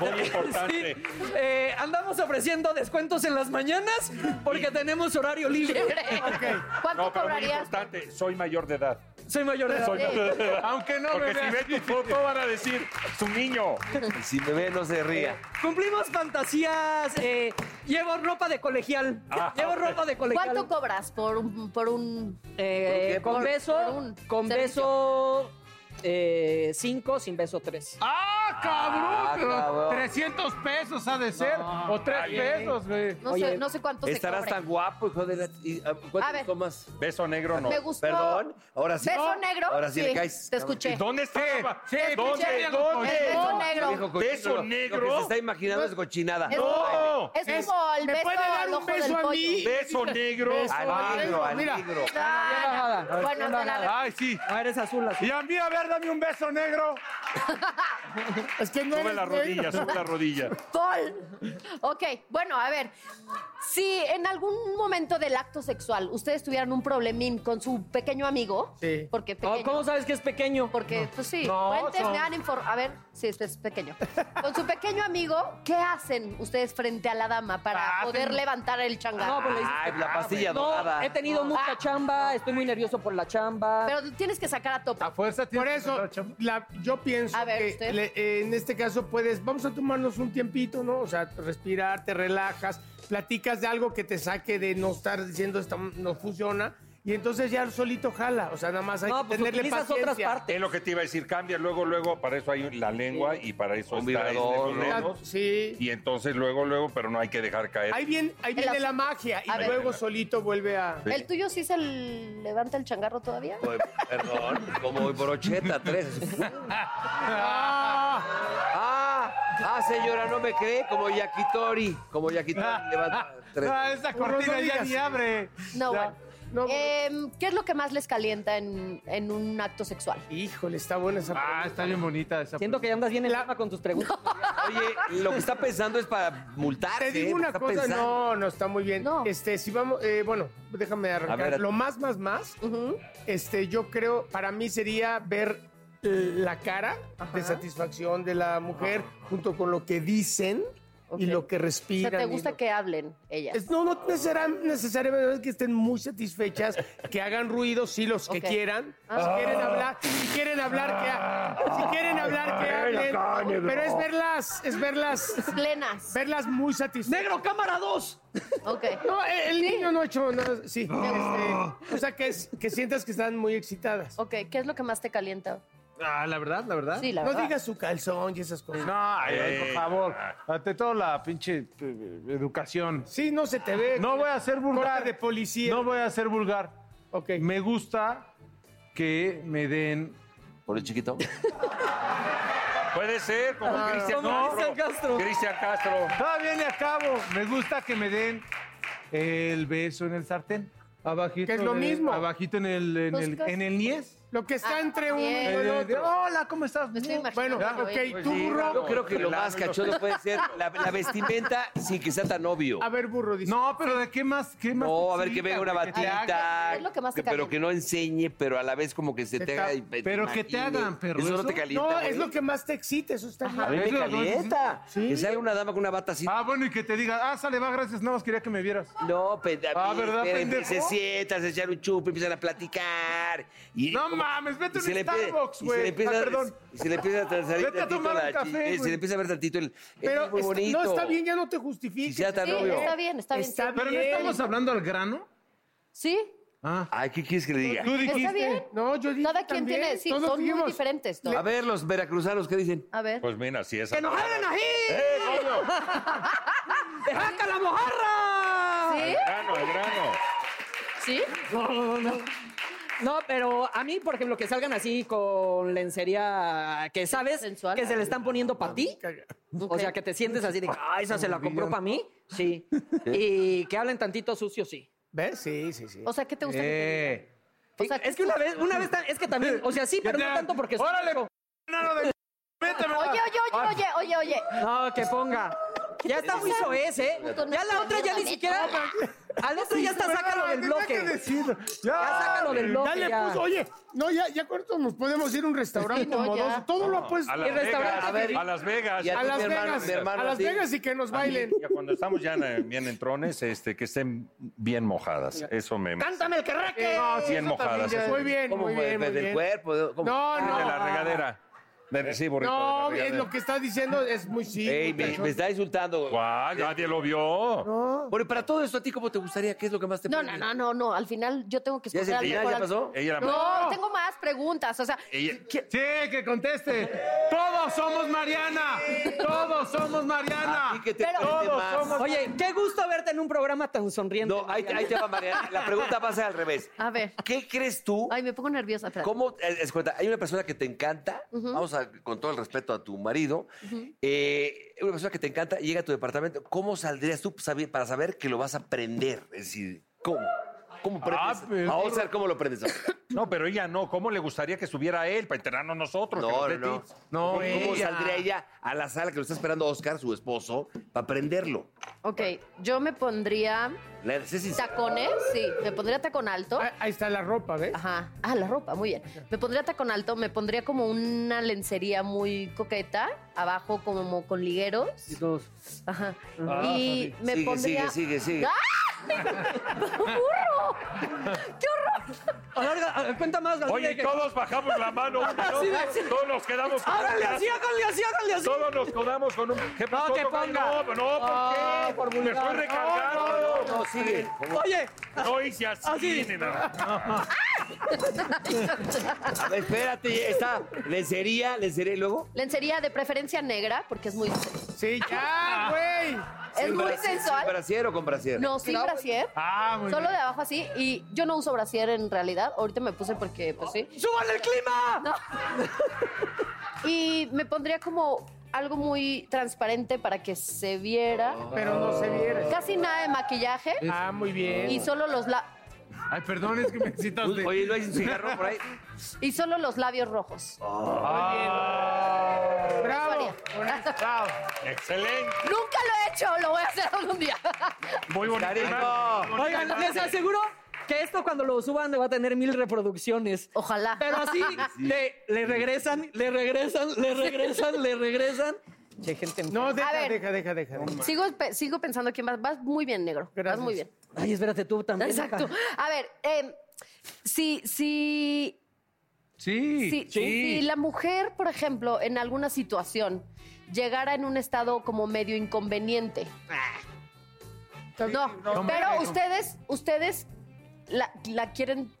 Speaker 7: Bueno,
Speaker 4: [laughs]
Speaker 7: Muy importante.
Speaker 3: Sí. Eh, andamos ofreciendo descuentos en las mañanas porque tenemos horario libre.
Speaker 6: ¿Cuánto
Speaker 7: No, pero muy
Speaker 6: cobrarías?
Speaker 7: importante, soy mayor de edad.
Speaker 3: Soy mayor de edad.
Speaker 7: Soy mayor de edad.
Speaker 5: Aunque no me
Speaker 7: Porque si
Speaker 5: veas.
Speaker 7: ve tu foto van a decir, su niño.
Speaker 2: Y si me ve, no se ría.
Speaker 3: Cumplimos fantasías. eh, llevo ropa de colegial.
Speaker 6: Ah,
Speaker 3: llevo ropa de colegial.
Speaker 6: ¿Cuánto cobras por un, por un
Speaker 3: Eh,
Speaker 2: ¿Por qué?
Speaker 3: con
Speaker 2: Por-
Speaker 3: beso,
Speaker 6: por un
Speaker 3: con beso 5, sin beso 3.
Speaker 5: ¡Ah,
Speaker 2: Ah,
Speaker 5: cabrón!
Speaker 2: cabrón.
Speaker 5: 300 pesos ha de ser. o 3
Speaker 7: Ay,
Speaker 5: pesos, güey.
Speaker 6: no
Speaker 3: Eh, Oye,
Speaker 6: sé, no sé cuánto se
Speaker 2: Estarás
Speaker 6: cobra.
Speaker 2: tan guapo, hijo de la... y, ah,
Speaker 6: A
Speaker 2: ¿Cuánto
Speaker 6: ver.
Speaker 2: tomas?
Speaker 7: Beso negro no.
Speaker 6: Me gustó.
Speaker 2: Perdón, ahora sí.
Speaker 6: ¿Beso
Speaker 2: No,
Speaker 6: negro?
Speaker 2: Ahora sí, le caes.
Speaker 6: Te escuché.
Speaker 7: ¿Dónde
Speaker 3: Eh,
Speaker 7: está? ¿Dónde?
Speaker 6: escuché.
Speaker 7: ¿Dónde?
Speaker 2: Viejo
Speaker 6: Beso negro.
Speaker 2: cochino,
Speaker 7: ¿Beso
Speaker 2: lo- Lo
Speaker 7: negro?
Speaker 2: que se está imaginando es cochinada.
Speaker 6: Es-
Speaker 7: ¡No!
Speaker 6: Es,
Speaker 4: Es-
Speaker 6: como el
Speaker 4: ¿me
Speaker 6: beso
Speaker 4: puede dar
Speaker 6: al
Speaker 4: un
Speaker 6: ojo del
Speaker 4: beso a
Speaker 6: pollo.
Speaker 4: mí?
Speaker 7: ¿Beso negro?
Speaker 4: Beso.
Speaker 7: Ah,
Speaker 2: Al negro, al
Speaker 4: Mira.
Speaker 2: negro.
Speaker 6: Ah,
Speaker 3: bajada.
Speaker 6: Bueno,
Speaker 3: Bien
Speaker 6: de la-
Speaker 3: bajada.
Speaker 5: Ay, sí.
Speaker 3: Ah, eres azul, azul.
Speaker 5: Y a mí, a ver, dame un beso negro.
Speaker 4: [laughs] Es que no
Speaker 7: Sube
Speaker 4: eres
Speaker 7: la rodilla,
Speaker 4: negro.
Speaker 7: sube la rodilla.
Speaker 6: Paul. Ok, bueno, a ver. Si en algún momento del acto sexual ustedes tuvieran un problemín con su pequeño amigo,
Speaker 4: Sí.
Speaker 6: porque
Speaker 3: Oh,
Speaker 6: pequeño,
Speaker 3: ¿Cómo sabes que es pequeño?
Speaker 6: porque pues sí,
Speaker 5: No,
Speaker 6: fuentes me
Speaker 5: son-
Speaker 6: han informado, a ver, sí, este es pequeño. Con su pequeño amigo, ¿qué hacen ustedes frente a la dama para
Speaker 5: Ah,
Speaker 6: poder
Speaker 5: ten-
Speaker 6: levantar el
Speaker 3: No,
Speaker 6: changarro?
Speaker 3: pues le dices,
Speaker 2: Ay, la pastilla
Speaker 3: no, este,
Speaker 2: dorada.
Speaker 3: he tenido mucha chamba, estoy muy nervioso por la chamba.
Speaker 6: Pero tienes que sacar a tope.
Speaker 5: A fuerza
Speaker 4: Por
Speaker 5: tienes que
Speaker 4: eso,
Speaker 5: sacar, chamo.
Speaker 4: la- yo pienso
Speaker 6: A ver,
Speaker 4: que
Speaker 6: usted.
Speaker 4: le- eh, en este caso puedes, vamos a tomarnos un tiempito, ¿no? O sea, respirar, te relajas, platicas de algo que te saque de no estar diciendo esto no funciona y entonces ya solito jala, o sea, nada más hay
Speaker 3: No,
Speaker 4: que
Speaker 3: pues
Speaker 4: tenerle
Speaker 3: utilizas
Speaker 4: paciencia.
Speaker 3: otras partes.
Speaker 7: Es lo que te iba a decir, cambia luego, luego, para eso hay la lengua y para eso
Speaker 2: Un
Speaker 7: está este
Speaker 2: vibrador,
Speaker 7: con
Speaker 2: ¿no?
Speaker 7: dedos.
Speaker 4: Sí.
Speaker 7: Y entonces luego, luego, pero no hay que dejar caer.
Speaker 4: Ahí viene, ahí viene
Speaker 6: El
Speaker 4: la
Speaker 6: af-
Speaker 4: magia y
Speaker 6: A ver.
Speaker 4: luego solito vuelve a...
Speaker 6: ¿El tuyo sí se levanta el changarro todavía?
Speaker 7: Pues,
Speaker 2: Oye, Perdón, como voy por 83.
Speaker 4: ¡Ah!
Speaker 2: Ah, ah, señora, no me cree, como Yakitori, como Yakitori
Speaker 5: [laughs]
Speaker 2: levanta tres.
Speaker 5: Ah, esa cortina ya ni abre.
Speaker 6: No,
Speaker 5: Ya.
Speaker 6: bueno.
Speaker 4: No,
Speaker 6: Em, ¿Qué es lo que más les calienta en, en un acto sexual?
Speaker 4: Híjole, está buena esa
Speaker 5: Ah, está bien bonita esa.
Speaker 3: Siento que ya andas bien en lama con tus preguntas.
Speaker 2: Oye, lo que está pensando es para multarte.
Speaker 4: Te digo
Speaker 2: ¿eh?
Speaker 4: una
Speaker 2: está
Speaker 4: cosa,
Speaker 2: pensando.
Speaker 4: no, no está muy bien.
Speaker 6: No.
Speaker 4: Este, si vamos, eh, bueno, déjame arrancar.
Speaker 2: ver, a-
Speaker 4: Lo más, más, más, este, yo creo, para mí sería ver la cara de satisfacción de la mujer junto con lo que dicen y
Speaker 6: Ok.
Speaker 4: lo que
Speaker 6: O sea,
Speaker 4: respiran.
Speaker 6: ¿te
Speaker 4: y
Speaker 6: gusta
Speaker 4: lo-
Speaker 6: que hablen ellas?
Speaker 4: Es- no, no necesariam- necesariamente es que estén muy satisfechas, que hagan ruido, sí, los que
Speaker 6: Ok.
Speaker 4: quieran.
Speaker 6: Ah.
Speaker 4: Si quieren hablar, si quieren hablar, que, ha- si quieren hablar, que hablen. Pero es verlas, es verlas,
Speaker 6: Plenas.
Speaker 4: verlas muy satisfechas.
Speaker 3: cámara 2!
Speaker 6: Ok.
Speaker 4: No, el, el niño no ha hecho nada. Sí. este, o sea, que, es- que sientas que están muy excitadas.
Speaker 6: Ok, ¿qué es lo que más te calienta?
Speaker 5: Ah, la verdad, la verdad.
Speaker 6: Sí, la
Speaker 4: No
Speaker 6: verdad.
Speaker 4: digas su calzón y esas cosas.
Speaker 5: No, ay, ay,
Speaker 7: Eh.
Speaker 5: por favor. Ante todo la pinche eh, eh, educación.
Speaker 4: Sí, no se te ve.
Speaker 5: No voy a ser vulgar.
Speaker 4: Corte de policía.
Speaker 5: No voy a ser vulgar.
Speaker 4: Ok.
Speaker 5: Me gusta que me den.
Speaker 2: Por el chiquito.
Speaker 7: Puede ser, como
Speaker 4: Ah.
Speaker 7: Cristian
Speaker 3: como Cristian Castro.
Speaker 7: Cristian Castro.
Speaker 5: Ah, viene a cabo. Me gusta que me den el beso en el sartén. Abajito.
Speaker 4: Que es lo
Speaker 5: en el-
Speaker 4: mismo.
Speaker 5: Abajito en el, en
Speaker 6: Pues
Speaker 5: el,
Speaker 6: casi.
Speaker 5: en el niez.
Speaker 4: Lo que está
Speaker 6: Ah,
Speaker 4: entre uno y
Speaker 6: bien.
Speaker 5: Eh,
Speaker 4: el
Speaker 5: de- de,
Speaker 4: otro.
Speaker 5: Hola, ¿cómo estás?
Speaker 6: Me estoy
Speaker 4: Bueno,
Speaker 6: imaginando. ¿eh?
Speaker 4: ok, tú,
Speaker 7: sí,
Speaker 4: burro.
Speaker 2: Yo creo que lo más cachondo puede ser la, la vestimenta sin que sea tan obvio.
Speaker 4: A ver, burro, dice.
Speaker 5: No, pero ¿de qué más? ¿Qué más?
Speaker 2: No,
Speaker 5: te
Speaker 2: a ver que
Speaker 5: excita,
Speaker 2: venga una
Speaker 5: güey? Que te hagan.
Speaker 2: batidita.
Speaker 6: Es lo que más te
Speaker 2: que- pero
Speaker 6: calienta.
Speaker 2: que no enseñe, pero a la vez como que se te
Speaker 4: Está-
Speaker 2: haga.
Speaker 5: pero que te hagan, perro,
Speaker 2: Eso no
Speaker 5: eso-
Speaker 2: te calienta.
Speaker 4: No, es
Speaker 2: güey?
Speaker 4: lo que más te excita, eso está
Speaker 2: A mí
Speaker 4: bien.
Speaker 5: Es
Speaker 2: me
Speaker 5: lo que-
Speaker 2: calienta.
Speaker 4: Sí.
Speaker 2: Que salga una dama con una bata así.
Speaker 5: Ah, bueno, y que te diga, ah, sale, va, gracias, nada más quería que me vieras.
Speaker 2: No, pues, pendejo.
Speaker 5: Ah, ¿verdad, pendejo?
Speaker 2: Se sientan, se echan un chupo, empiezan a platicar. Y
Speaker 5: No
Speaker 2: como-
Speaker 5: mames,
Speaker 2: y
Speaker 5: vete a
Speaker 2: se
Speaker 5: un
Speaker 2: le empieza-
Speaker 5: Starbucks,
Speaker 2: y se
Speaker 5: güey.
Speaker 2: le empieza-
Speaker 5: Ah, perdón.
Speaker 2: Y se le empieza a salir
Speaker 5: Vete a
Speaker 2: tantito
Speaker 5: tomar un
Speaker 2: la
Speaker 5: café,
Speaker 2: chi- eh, Se
Speaker 5: güey.
Speaker 2: le empieza a ver tantito el.
Speaker 4: Pero
Speaker 2: es muy
Speaker 4: está-
Speaker 2: bonito.
Speaker 4: no está bien, ya no te justifiques.
Speaker 2: Si sea tan
Speaker 6: Sí,
Speaker 2: obvio.
Speaker 6: está bien, está bien.
Speaker 4: Está
Speaker 6: sí.
Speaker 5: Pero no estamos hablando al grano.
Speaker 6: ¿Sí?
Speaker 5: Ah,
Speaker 2: Ay, ¿qué quieres que le diga?
Speaker 5: tú dijiste.
Speaker 6: ¿Está bien?
Speaker 4: No, yo dije
Speaker 6: Cada quien
Speaker 4: también,
Speaker 6: tiene, sí,
Speaker 4: todos
Speaker 6: son muy
Speaker 4: dijimos.
Speaker 6: diferentes. ¿no?
Speaker 2: A ver, los veracruzanos, ¿qué dicen?
Speaker 6: A ver.
Speaker 7: Pues mira, si es.
Speaker 3: ¡Que nos jalen ahí! ¡Dejaca la mojarra!
Speaker 6: ¿Sí?
Speaker 7: El grano, el grano.
Speaker 6: ¿Sí?
Speaker 3: No, pero a mí, por ejemplo, que salgan así con lencería que sabes
Speaker 6: Sensual.
Speaker 3: que se le están poniendo para ti. O sea, que te sientes así de, ah, esa se la compró para mí. Sí. Y que hablen tantito sucio, sí.
Speaker 4: ¿Ves? Sí, sí, sí.
Speaker 6: O sea, ¿qué te gusta? que
Speaker 5: Eh.
Speaker 6: te digan? O sea,
Speaker 3: Es que una vez, una vez, tan- es que también, o
Speaker 2: [laughs]
Speaker 3: sea, sí, pero
Speaker 5: te
Speaker 3: no
Speaker 5: hagan?
Speaker 3: tanto porque... soy
Speaker 5: Órale,
Speaker 3: chico.
Speaker 5: Nano de- métemela.
Speaker 6: Oye, oye,
Speaker 2: Ah.
Speaker 5: Ah.
Speaker 6: oye, oye, oye, oye.
Speaker 3: No, que ponga. Ya está muy soez, ¿eh? Ya la otra ya ni siquiera... Al otro ya está, sácalo del bloque. Ya sácalo del bloque,
Speaker 4: Ya le
Speaker 3: ya.
Speaker 4: puso, oye, no, ya, ya con esto nos podemos ir a un restaurante
Speaker 6: Sí, no,
Speaker 4: como
Speaker 6: ya.
Speaker 4: dos. Todo
Speaker 2: Ah,
Speaker 4: lo ha
Speaker 2: pues,
Speaker 4: puesto.
Speaker 7: A
Speaker 4: A,
Speaker 7: Las
Speaker 3: El
Speaker 7: Vegas.
Speaker 3: restaurante
Speaker 7: A,
Speaker 3: que-
Speaker 7: ver, a Las Vegas.
Speaker 2: Y a-
Speaker 4: Las
Speaker 2: mi hermano,
Speaker 4: Vegas.
Speaker 2: mi hermano,
Speaker 4: a Las
Speaker 2: sí.
Speaker 4: Vegas y que nos bailen.
Speaker 7: Ya cuando estamos ya eh, bien entrones, este, que estén bien mojadas. Eso me.
Speaker 3: ¡Cántame el que
Speaker 5: No, sí,
Speaker 7: Bien
Speaker 5: eso
Speaker 7: mojadas.
Speaker 5: también ya-
Speaker 7: eso.
Speaker 4: Muy bien,
Speaker 2: ¿Cómo
Speaker 4: muy
Speaker 2: fue?
Speaker 4: bien, muy
Speaker 2: ¿Del
Speaker 4: bien.
Speaker 2: cuerpo? de- ¿Cómo?
Speaker 4: No, no.
Speaker 7: De la regadera. De, Eh, sí, burrito.
Speaker 4: No,
Speaker 7: de eh. la
Speaker 4: es
Speaker 7: regadera.
Speaker 4: lo que está diciendo es muy
Speaker 2: Ey,
Speaker 4: simple.
Speaker 2: me, me está insultando. Eh,
Speaker 7: ¿Cuál? Nadie lo vio.
Speaker 2: Bueno, para todo esto, ¿a ti cómo te gustaría? ¿Qué es lo que más te
Speaker 6: No,
Speaker 2: prende?
Speaker 6: no, no, no, no. Al final yo tengo que
Speaker 2: ¿Ya
Speaker 6: escoger
Speaker 2: es el
Speaker 6: al
Speaker 2: final?
Speaker 6: mejor
Speaker 2: ¿Ya
Speaker 6: al-
Speaker 2: pasó?
Speaker 7: Ella era
Speaker 6: No, tengo más preguntas. O sea,
Speaker 7: Ella-
Speaker 5: Sí, que conteste. Todos somos Mariana. Todos somos
Speaker 2: ¿A ti
Speaker 5: Mariana.
Speaker 2: qué te
Speaker 6: Pero-
Speaker 2: prende
Speaker 5: Todos
Speaker 2: más?
Speaker 5: somos-
Speaker 3: Oye, qué gusto verte en un programa tan sonriente.
Speaker 2: No, ahí, ahí te va, Mariana. La pregunta va a ser al revés.
Speaker 6: a ver.
Speaker 2: ¿Qué crees tú?
Speaker 6: Ay, me pongo nerviosa. espérate.
Speaker 2: ¿Cómo? eh, Es cuenta, hay una persona que te encanta, vamos a, con todo el respeto a tu marido, eh, una persona que te encanta llega a tu departamento. ¿Cómo saldrías tú sabi- para saber que lo vas a prender? Es decir, ¿cómo? ¿Cómo
Speaker 7: Ah,
Speaker 5: pues,
Speaker 2: prendes?
Speaker 7: pero-
Speaker 2: a Oscar, ¿cómo lo prendes?
Speaker 7: No, pero ella no. ¿Cómo le gustaría que estuviera él para enterarnos nosotros? que
Speaker 2: No,
Speaker 7: nos
Speaker 2: no,
Speaker 7: dé
Speaker 2: no.
Speaker 7: tips?
Speaker 4: No,
Speaker 2: ¿Cómo, cómo
Speaker 4: ella.
Speaker 2: saldría ella a la sala que lo está esperando Oscar, su esposo, para prenderlo?
Speaker 6: Ok, yo me pondría
Speaker 2: La- sé sincera.
Speaker 6: tacones, sí, me pondría tacón alto.
Speaker 4: Ah, Ahí está la ropa, ¿ves?
Speaker 6: Ajá. Ah, la ropa, muy bien. Me pondría tacón alto, me pondría como una lencería muy coqueta, abajo como con ligueros.
Speaker 3: Y todos.
Speaker 6: Ajá.
Speaker 3: Ah,
Speaker 4: Ah,
Speaker 6: y me
Speaker 2: Sigue,
Speaker 6: pondría. ¡Ah!
Speaker 2: sigue, sigue, [laughs] sigue.
Speaker 6: ¡Burro! ¡Qué horror!
Speaker 3: Alarga, a- cuenta más, García.
Speaker 7: Oye, y
Speaker 3: que- Ah,
Speaker 7: todos bajamos la mano. uno, ¿no?
Speaker 3: Sí, sí.
Speaker 7: Todos nos quedamos con
Speaker 3: Háganle
Speaker 7: una-
Speaker 3: así, háganle así, háganle así.
Speaker 7: Todos nos quedamos con un... ¿Qué pasó,
Speaker 3: que
Speaker 7: Tocayo?
Speaker 3: ponga.
Speaker 7: No, no, ¿por
Speaker 3: Ah,
Speaker 8: Oh,
Speaker 7: qué?
Speaker 3: por
Speaker 7: Me
Speaker 3: vulgar.
Speaker 7: estoy recargando.
Speaker 2: No, no, sigue.
Speaker 3: Oye,
Speaker 7: No, hice así.
Speaker 6: Ah,
Speaker 3: Así.
Speaker 7: ni nada.
Speaker 2: A ver, espérate, está. Lencería, lencería y luego.
Speaker 6: Lencería de preferencia negra, porque es muy.
Speaker 4: Sí, ya, güey.
Speaker 6: es
Speaker 2: ¿Sin
Speaker 6: muy
Speaker 2: brasier-
Speaker 6: sensual.
Speaker 2: ¿Sin brasier o con brasier?
Speaker 6: No, sin brasier.
Speaker 5: Ah, muy
Speaker 6: Solo
Speaker 5: bien.
Speaker 6: de abajo así. Y yo no uso brasier en realidad. Ahorita me puse porque, pues sí.
Speaker 3: ¡súbanle el clima!
Speaker 6: No. y me pondría como algo muy transparente para que se viera.
Speaker 4: Oh. Pero no se viera.
Speaker 6: Casi nada de maquillaje
Speaker 4: Ah, muy bien.
Speaker 6: y solo los la-
Speaker 5: Ay, perdón, es que me necesitas de...
Speaker 2: Oye, ¿no hay un cigarro por ahí?
Speaker 6: y solo los labios rojos.
Speaker 5: Ah,
Speaker 4: Bravo.
Speaker 6: Soria.
Speaker 5: Bravo.
Speaker 7: Excelente.
Speaker 6: [laughs] Nunca lo he hecho, lo voy a hacer algún día.
Speaker 7: Muy bonito.
Speaker 2: ¡Carico!
Speaker 3: Oigan, les aseguro que esto cuando lo suban le va a tener mil reproducciones.
Speaker 6: Ojalá.
Speaker 3: Pero así le, le regresan, le regresan, le regresan, le regresan. Che, gente enferma.
Speaker 4: No, deja,
Speaker 6: ver.
Speaker 4: deja, deja, deja.
Speaker 6: Sigo, pe- sigo pensando quién vas. Vas muy bien, negro.
Speaker 4: Gracias.
Speaker 6: Vas muy bien.
Speaker 3: Ay, espérate, tú también.
Speaker 6: Exacto.
Speaker 3: hija.
Speaker 6: A ver, eh, si, si,
Speaker 5: Sí,
Speaker 6: si,
Speaker 5: sí.
Speaker 6: si la mujer, por ejemplo, en alguna situación llegara en un estado como medio inconveniente. No, pero ustedes, ustedes la, la quieren
Speaker 9: [laughs]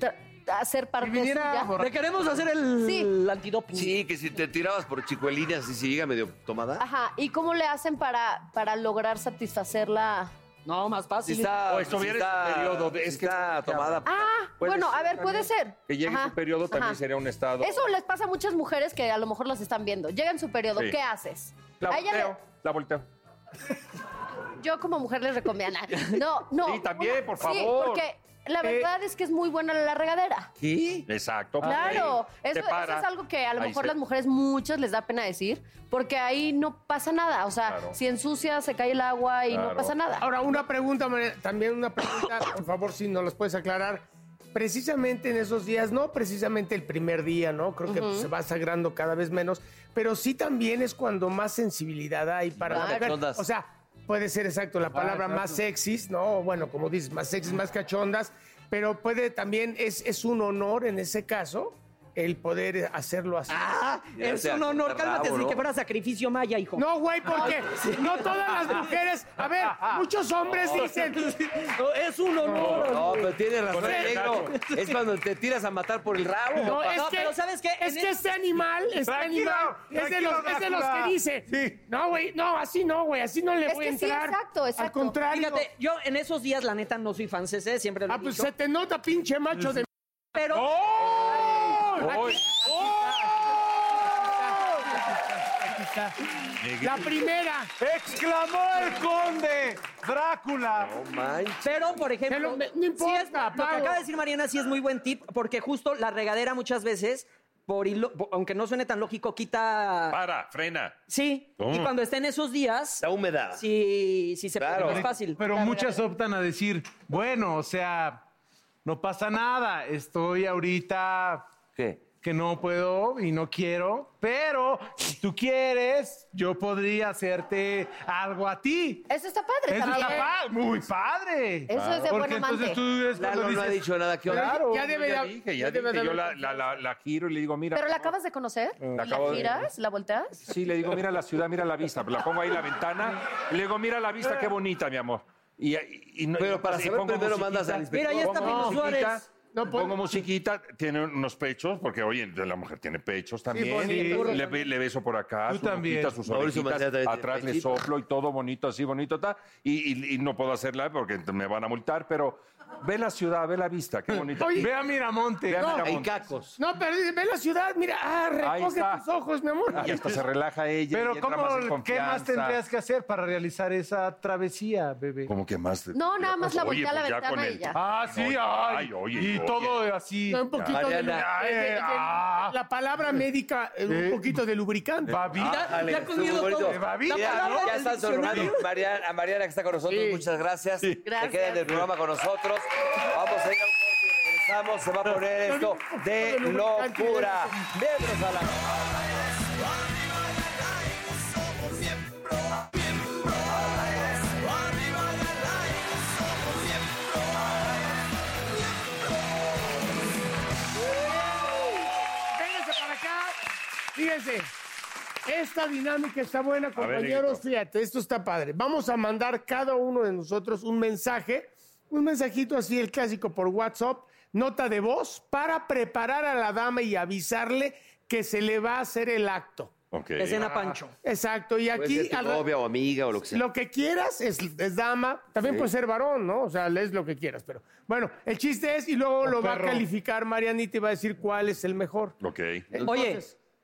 Speaker 6: tra- hacer parte
Speaker 5: viniera
Speaker 6: suya.
Speaker 3: Le queremos hacer el,
Speaker 6: Sí.
Speaker 3: antidoping.
Speaker 2: Sí, que si te tirabas por chicuelinas y si llega medio tomada.
Speaker 6: Ajá. ¿Y cómo le hacen para, para lograr satisfacerla?
Speaker 3: No, más
Speaker 2: Si
Speaker 3: fácil.
Speaker 2: está,
Speaker 7: O estuviera
Speaker 2: si está-
Speaker 7: en su periodo de-
Speaker 2: si
Speaker 7: es que-
Speaker 2: está tomada.
Speaker 6: Ah,
Speaker 7: Puede
Speaker 6: bueno,
Speaker 7: ser
Speaker 6: a ver, puede ser.
Speaker 7: Que llegue
Speaker 6: Ajá,
Speaker 7: su periodo también
Speaker 6: ajá.
Speaker 7: sería un estado...
Speaker 6: Eso les pasa a muchas mujeres que a lo mejor las están viendo. Llega en su periodo,
Speaker 7: Sí.
Speaker 6: ¿qué haces?
Speaker 7: La
Speaker 6: A ella le-
Speaker 7: volteo, la volteo.
Speaker 6: yo como mujer les
Speaker 7: [laughs]
Speaker 6: recomiendo. No, no.
Speaker 7: Sí, también, por
Speaker 6: Sí,
Speaker 7: favor. Eh,
Speaker 6: porque la verdad es que es muy buena la regadera.
Speaker 7: Exacto. pues
Speaker 6: Claro,
Speaker 7: Te
Speaker 6: eso, eso
Speaker 7: para.
Speaker 6: es algo que a lo
Speaker 7: Ahí
Speaker 6: mejor
Speaker 7: se-
Speaker 6: las mujeres muchas les da pena decir, porque ahí no pasa nada. O sea,
Speaker 7: Claro.
Speaker 6: si ensucia, se cae el agua y no
Speaker 7: Claro.
Speaker 6: pasa nada.
Speaker 4: Ahora, una pregunta, María, también una pregunta, por favor, si nos las puedes aclarar. Precisamente en esos días, no precisamente el primer día, ¿no? Creo que pues, se va sagrando cada vez menos, pero sí también es cuando más sensibilidad hay para
Speaker 2: Más
Speaker 4: la mujer.
Speaker 2: cachondas.
Speaker 4: O sea, puede ser exacto
Speaker 3: Ah,
Speaker 4: la palabra más sexys, ¿no? Bueno, como dices, más sexys, más cachondas, pero puede también, es, es un honor en ese caso el poder hacerlo así.
Speaker 3: Ah,
Speaker 2: Ya
Speaker 3: es
Speaker 2: sea,
Speaker 3: un honor.
Speaker 2: está
Speaker 3: Cálmate,
Speaker 2: bravo,
Speaker 3: así
Speaker 2: ¿no?
Speaker 3: que fuera sacrificio maya, hijo. Ah,
Speaker 4: No, güey, porque no todas las mujeres. A ver, muchos hombres dicen.
Speaker 3: No, es un honor.
Speaker 2: No, pero tienes razón,
Speaker 7: Con el
Speaker 2: negro. Es cuando te tiras a matar por el rabo.
Speaker 4: No, es
Speaker 3: No,
Speaker 4: que,
Speaker 3: pero ¿sabes qué? En
Speaker 4: Es que
Speaker 3: el-
Speaker 4: este animal, este
Speaker 5: Tranquilo,
Speaker 4: animal, es de,
Speaker 5: tranquilo,
Speaker 4: los, es de los
Speaker 5: Drácula.
Speaker 4: que dice, no, güey, no, así no, güey, así no le
Speaker 6: Es
Speaker 4: voy a
Speaker 6: que sí,
Speaker 4: entrar.
Speaker 6: exacto,
Speaker 4: Al
Speaker 6: exacto.
Speaker 4: contrario.
Speaker 3: Fíjate, yo en esos días, la neta, no soy fan CC, siempre lo he
Speaker 4: ah, pues
Speaker 3: dicho.
Speaker 4: se te nota, pinche macho de...
Speaker 3: [laughs]
Speaker 4: ¡Oh!
Speaker 3: Pero
Speaker 7: Uy,
Speaker 4: La primera.
Speaker 5: ¡Exclamó el conde! ¡Drácula!
Speaker 2: No manches.
Speaker 3: Pero, por ejemplo,
Speaker 4: Pero me- no importa,
Speaker 3: sí es- lo que
Speaker 4: pago.
Speaker 3: acaba de decir Mariana sí es muy buen tip, porque justo la regadera muchas veces
Speaker 10: por hilo- por- aunque no suene tan lógico, quita.
Speaker 7: Para, frena.
Speaker 10: Sí.
Speaker 7: ¿Cómo?
Speaker 10: Y cuando está en esos días. La
Speaker 2: húmeda.
Speaker 10: Sí, sí se puede. no es fácil.
Speaker 5: Pero muchas optan a decir, bueno, o sea, no pasa nada, estoy ahorita que no puedo y no quiero, pero si tú quieres, yo podría hacerte algo a ti.
Speaker 6: Eso está padre
Speaker 5: Eso
Speaker 6: también.
Speaker 5: está padre, muy padre.
Speaker 6: Eso es de
Speaker 5: Porque
Speaker 6: buen amante.
Speaker 5: entonces tú es cuando
Speaker 7: Lalo no ha
Speaker 5: dices,
Speaker 7: dicho nada que
Speaker 5: "Claro,
Speaker 7: Claro,
Speaker 5: ya debe
Speaker 7: ya
Speaker 5: de-
Speaker 7: dije,
Speaker 5: ya
Speaker 7: ya
Speaker 5: debe
Speaker 7: dije,
Speaker 5: de
Speaker 7: yo la,
Speaker 5: haber-
Speaker 7: la, la, la giro y le digo, mira.
Speaker 6: ¿Pero la acabas de conocer?
Speaker 7: La
Speaker 6: ¿La,
Speaker 7: acabo de-
Speaker 6: giras? ¿La volteas?
Speaker 7: Sí, le digo, mira la ciudad, mira la vista. La pongo ahí en la ventana. y Le digo, mira la vista, qué bonita, mi amor. Y, y- y no-
Speaker 2: Pero
Speaker 7: y
Speaker 2: para
Speaker 7: y
Speaker 2: saber
Speaker 7: pongo
Speaker 2: primero
Speaker 7: musiquita,
Speaker 2: mandas al inspector. Mira, ahí está
Speaker 7: pongo
Speaker 2: Pino
Speaker 7: musiquita,
Speaker 2: Suárez.
Speaker 7: pongo musiquita, tiene unos pechos, porque oye, la mujer tiene pechos también.
Speaker 5: bonito.
Speaker 7: le, be- le beso por acá,
Speaker 5: Tú
Speaker 7: su boquita,
Speaker 5: también.
Speaker 7: sus
Speaker 5: Mauricio
Speaker 7: orejitas,
Speaker 5: Macías también tiene
Speaker 7: atrás le
Speaker 5: pechito.
Speaker 7: soplo y todo bonito, así bonito. ta. Y, y- y no puedo hacerla porque me van a multar, pero ve la ciudad, ve la vista, qué bonita.
Speaker 4: Oye.
Speaker 7: ve a Miramonte.
Speaker 4: No.
Speaker 7: Hay
Speaker 4: Hay No, pero dice, ve la ciudad, mira, ah,
Speaker 7: Ahí
Speaker 4: recoge
Speaker 7: está.
Speaker 4: tus ojos, mi amor.
Speaker 7: Y hasta se relaja ella. y
Speaker 5: Pero
Speaker 7: entra más en
Speaker 5: ¿cómo, ¿qué
Speaker 7: confianza.
Speaker 5: más tendrías que hacer para realizar esa travesía, bebé?
Speaker 7: ¿Cómo que más?
Speaker 6: No, nada más la
Speaker 7: Oye,
Speaker 6: voltea a la
Speaker 7: pues ya
Speaker 6: ventana
Speaker 7: con
Speaker 6: y
Speaker 7: el-
Speaker 6: ya.
Speaker 5: Ah, sí,
Speaker 7: Oye,
Speaker 5: ay.
Speaker 7: ay, oye,
Speaker 5: y
Speaker 7: oye.
Speaker 5: todo así. ah.
Speaker 4: Un poquito de, lu- de- de- de- eh, la palabra médica, eh, un poquito de lubricante.
Speaker 2: Ájale, estuvo bonito. Mira, ya están
Speaker 3: ¿eh?
Speaker 2: sonando Mariana- a Mariana que está con nosotros. Muchas gracias. Se
Speaker 3: Gracias.
Speaker 2: queda en el programa con nosotros. Vamos a ir a un corte y regresamos. Se va a poner esto de locura. Miembros a la...
Speaker 4: Vénganse para acá. Fíjense. Esta dinámica está buena,
Speaker 5: ver,
Speaker 4: compañeros. Fíjate, esto está padre. Vamos a mandar cada uno de nosotros un mensaje, un mensajito así, el clásico por WhatsApp, nota de voz, para preparar a la dama y avisarle que se le va a hacer el acto.
Speaker 7: Ok.
Speaker 2: Ah.
Speaker 4: Escena Pancho. Exacto.
Speaker 2: Pues
Speaker 4: Y aquí, al ra-
Speaker 2: novia o amiga o lo que sea.
Speaker 4: lo que quieras es, es dama, también
Speaker 2: Sí.
Speaker 4: puede ser varón, ¿no? O sea, es lo que quieras, pero bueno, el chiste es y luego lo va
Speaker 10: perro.
Speaker 4: a calificar Marianita y va a decir cuál es el mejor.
Speaker 7: Ok.
Speaker 10: Oye,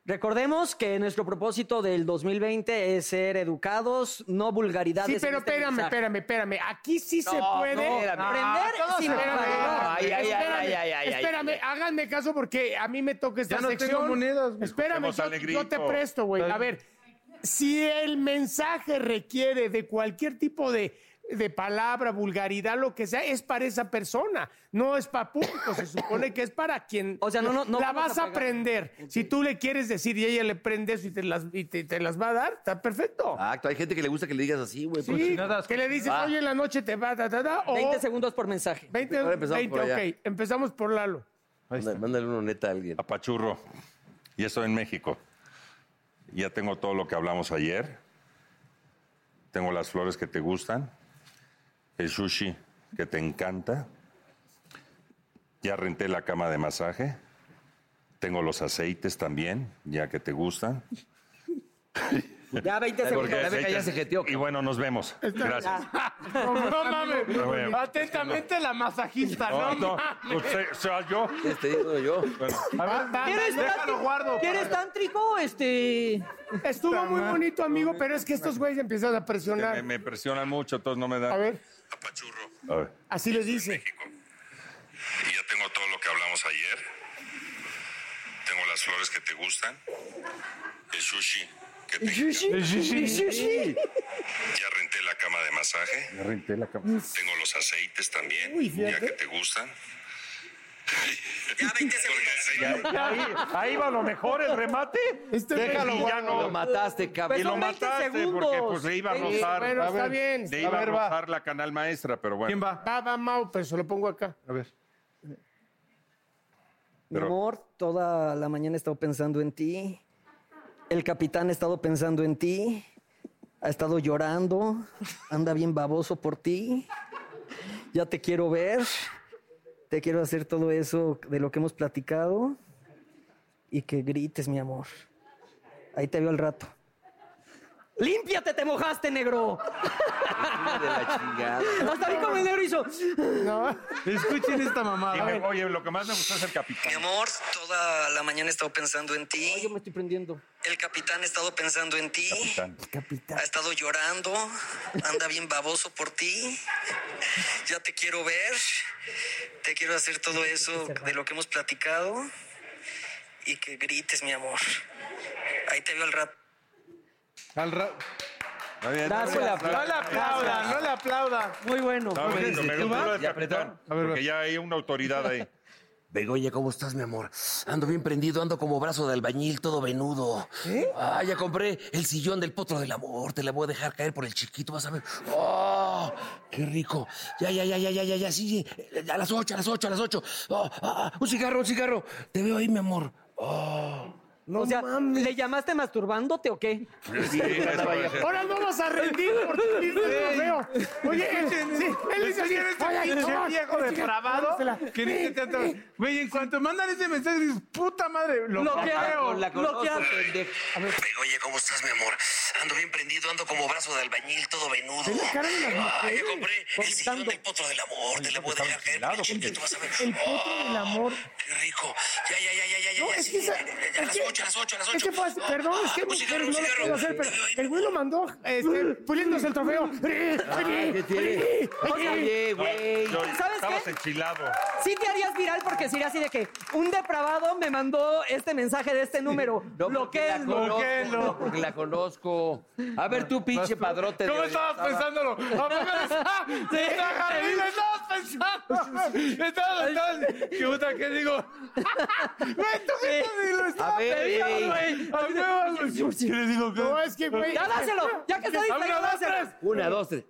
Speaker 10: recordemos que nuestro propósito del 2020 es ser educados, no vulgaridades.
Speaker 4: Sí,
Speaker 10: en
Speaker 4: pero
Speaker 10: este
Speaker 4: espérame,
Speaker 10: mensaje.
Speaker 4: espérame, espérame. Aquí sí
Speaker 10: No,
Speaker 4: se puede.
Speaker 10: no, espérame. Aprender
Speaker 4: todo
Speaker 10: sin
Speaker 4: se-
Speaker 10: vulgaridad. Ay, ay, ay,
Speaker 4: espérame,
Speaker 10: ay, ay, ay, ay.
Speaker 4: espérame, háganme caso porque a mí me toca esta
Speaker 5: Ya no
Speaker 4: sección.
Speaker 5: tengo monedas, güey.
Speaker 4: espérame,
Speaker 5: Escuchemos al
Speaker 4: yo,
Speaker 5: negrito.
Speaker 4: yo te presto, güey. A ver, si el mensaje requiere de cualquier tipo de de palabra, vulgaridad, lo que sea, es para esa persona, no es para público, se supone que es para quien
Speaker 10: sea, no, no, no
Speaker 4: la
Speaker 10: vamos
Speaker 4: vas
Speaker 10: a
Speaker 4: a
Speaker 10: pagar.
Speaker 4: aprender. Si tú le quieres decir y ella le prende eso y te las, y te- te las va a dar, está perfecto.
Speaker 2: Exacto, hay gente que le gusta que le digas así, güey.
Speaker 11: pues,
Speaker 4: Sí, que le dices,
Speaker 2: Va.
Speaker 4: hoy en la noche te va, ta, ta, ta, o...
Speaker 10: 20 segundos por mensaje.
Speaker 4: 20,
Speaker 2: Ahora empezamos
Speaker 4: 20,
Speaker 2: por allá.
Speaker 4: ok. Empezamos por Lalo.
Speaker 2: Mándale, mándale uno neta a alguien.
Speaker 7: Apachurro. Y eso en México. Ya tengo todo lo que hablamos ayer. Tengo las flores que te gustan. El sushi que te encanta. Ya renté la cama de masaje. Tengo los aceites también, ya que te gustan.
Speaker 10: Ya 20
Speaker 7: Porque
Speaker 10: segundos.
Speaker 7: aceites- Y bueno, nos vemos. Gracias.
Speaker 5: Ah.
Speaker 4: No, no mames.
Speaker 7: Pero bueno.
Speaker 4: Atentamente la
Speaker 5: Ah,
Speaker 4: masajista,
Speaker 7: No, no,
Speaker 4: mames. Ah,
Speaker 7: usted, sea yo.
Speaker 2: Este, yo.
Speaker 4: A ver,
Speaker 5: Ah,
Speaker 10: ¿Quieres tántrico? ¿Quieres tántrico? Este...
Speaker 4: Estuvo muy bonito, amigo, pero es que estos güeyes empiezan a
Speaker 7: Me,
Speaker 4: presionar.
Speaker 7: me presionan mucho, entonces no me dan.
Speaker 4: A ver,
Speaker 7: A ver.
Speaker 4: así les dice.
Speaker 7: Y ya tengo todo lo que hablamos ayer. Tengo las flores que te gustan. El sushi. Que te encanta. Ya renté la cama de masaje. Ya renté la cama. Tengo los aceites también.
Speaker 4: Uy,
Speaker 7: ya
Speaker 4: fíjate.
Speaker 7: que te gustan. Ya 20 segundos.
Speaker 5: Ahí va lo mejor, el remate.
Speaker 4: Este
Speaker 5: Déjalo,
Speaker 2: ya
Speaker 5: bueno.
Speaker 2: Lo mataste,
Speaker 4: Pues
Speaker 2: cabrón.
Speaker 7: Y lo mataste porque pues le iba a
Speaker 4: Sí,
Speaker 7: rozar.
Speaker 4: Eh, bueno,
Speaker 7: A
Speaker 4: está
Speaker 7: ver,
Speaker 4: bien.
Speaker 7: Le
Speaker 4: A
Speaker 7: iba a,
Speaker 4: ver, va.
Speaker 7: rozar la canal maestra, pero bueno.
Speaker 5: ¿Quién va?
Speaker 4: Va, va, Mau, pero se lo pongo acá.
Speaker 5: A ver.
Speaker 10: Mi amor, toda la mañana he estado pensando en ti. El capitán ha estado pensando en ti. Ha estado llorando. Anda bien baboso por ti. Ya te quiero ver. Te quiero hacer todo eso de lo que hemos platicado. Y que grites, mi amor. Ahí te veo al rato. ¡Límpiate, te mojaste, negro!
Speaker 2: De la chingada.
Speaker 10: Hasta ahí como el negro hizo.
Speaker 5: Escuchen esta
Speaker 7: Y
Speaker 5: mamada.
Speaker 7: me- oye, lo que más me gustó es el capitán.
Speaker 8: Mi amor, toda la mañana he estado pensando en ti.
Speaker 10: Yo me estoy prendiendo.
Speaker 8: El capitán ha estado pensando en ti. Ha estado llorando. Anda bien baboso por ti. Ya te quiero ver. Te quiero hacer todo eso de lo que hemos platicado. y que grites, mi amor. Ahí te veo al rato.
Speaker 5: Al ra-
Speaker 7: Dásela,
Speaker 5: no le aplauda, no le aplauda.
Speaker 3: Muy bueno.
Speaker 7: No,
Speaker 5: muy
Speaker 7: Benito,
Speaker 5: bien.
Speaker 7: me
Speaker 5: ¿Tú
Speaker 7: gustó
Speaker 5: vas?
Speaker 7: lo del capitán, porque ya hay una autoridad
Speaker 5: [laughs]
Speaker 7: ahí.
Speaker 11: Begoña, ¿cómo estás, mi amor? Ando bien prendido, ando como brazo de albañil, todo venudo.
Speaker 4: ¿Eh?
Speaker 11: Ah, ya compré el sillón del potro del amor, te la voy a dejar caer por el chiquito, vas a ver. ¡Oh! ¡Qué rico! Ya, ya, ya, ya, ya, ya, ya, sí, sí. A las ocho, a las ocho, a las ocho. Oh, ah, ah, un cigarro, un cigarro. Te veo ahí, mi amor. ¡Oh!
Speaker 3: o sea, ¿le llamaste masturbándote o qué?
Speaker 7: Sí, eso puede ser.
Speaker 4: Ahora no vas a rendir por tu mismo trofeo. Oye, él, sí,
Speaker 3: este
Speaker 4: él dice así,
Speaker 5: Oye,
Speaker 4: oye,
Speaker 5: pinche
Speaker 4: chaval,
Speaker 5: viejo
Speaker 4: oye,
Speaker 5: depravado.
Speaker 4: dándosela.
Speaker 5: Que ni se te ator- Güey, en cuanto mandan ese mensaje, dices, puta madre, lo,
Speaker 3: Lo que
Speaker 5: bloqueo.
Speaker 3: hago, la conozco,
Speaker 5: Bloquear.
Speaker 8: Oye, ¿cómo estás, mi amor? Ando bien prendido, ando como brazo de albañil, todo venudo.
Speaker 4: Ve la cara de las
Speaker 8: Ah,
Speaker 4: mujeres,
Speaker 8: ya compré el sillón del potro del amor, te la voy a dejar caer por el chiquito, vas a ver.
Speaker 4: El potro del amor.
Speaker 8: Qué rico. Ya, ya, ya, ya, ya, ya.
Speaker 4: No,
Speaker 8: ya,
Speaker 4: es
Speaker 8: sí,
Speaker 4: que esa,
Speaker 8: ya, ya, ya, a
Speaker 4: es
Speaker 8: las
Speaker 4: que-
Speaker 8: ocho, a las ocho, a las
Speaker 4: es que
Speaker 8: ocho.
Speaker 4: fue así, perdón, es que
Speaker 8: Un
Speaker 4: mujer
Speaker 8: cigarro,
Speaker 4: no
Speaker 8: un
Speaker 4: lo
Speaker 8: cigarro.
Speaker 4: puedo hacer, pero el güey lo mandó este, puliéndose el
Speaker 5: Ah,
Speaker 4: trofeo.
Speaker 3: Ah, ¿qué tiene? Oye, güey.
Speaker 7: Yo-
Speaker 3: ¿Sabes qué?
Speaker 7: Estabas enchilado.
Speaker 3: Sí te harías viral porque sería así de que un depravado me mandó este mensaje de este
Speaker 2: No,
Speaker 3: número.
Speaker 2: porque la
Speaker 3: Bloquéenlo.
Speaker 2: conozco, no, porque la conozco. A ver tú, pinche padrote. de
Speaker 5: ¿Cómo
Speaker 2: hoy.
Speaker 5: estabas
Speaker 2: Estaba-
Speaker 5: pensándolo? ¿A poco
Speaker 2: [laughs] ¡Ah!
Speaker 5: eres-
Speaker 3: Sí.
Speaker 5: Estabas pensando. Estabas, estabas. ¿Qué puta que digo? Güey, tú qué estás y lo
Speaker 2: A
Speaker 5: estabas
Speaker 2: ver,
Speaker 5: pedido,
Speaker 2: güey.
Speaker 5: güey. A huevo, güey. ¿Qué le digo?
Speaker 4: No, es que, güey.
Speaker 3: Ya dáselo, ya que está
Speaker 5: A
Speaker 3: distraído,
Speaker 5: una, dos,
Speaker 3: dáselo.
Speaker 5: tres.
Speaker 2: Una, dos, tres.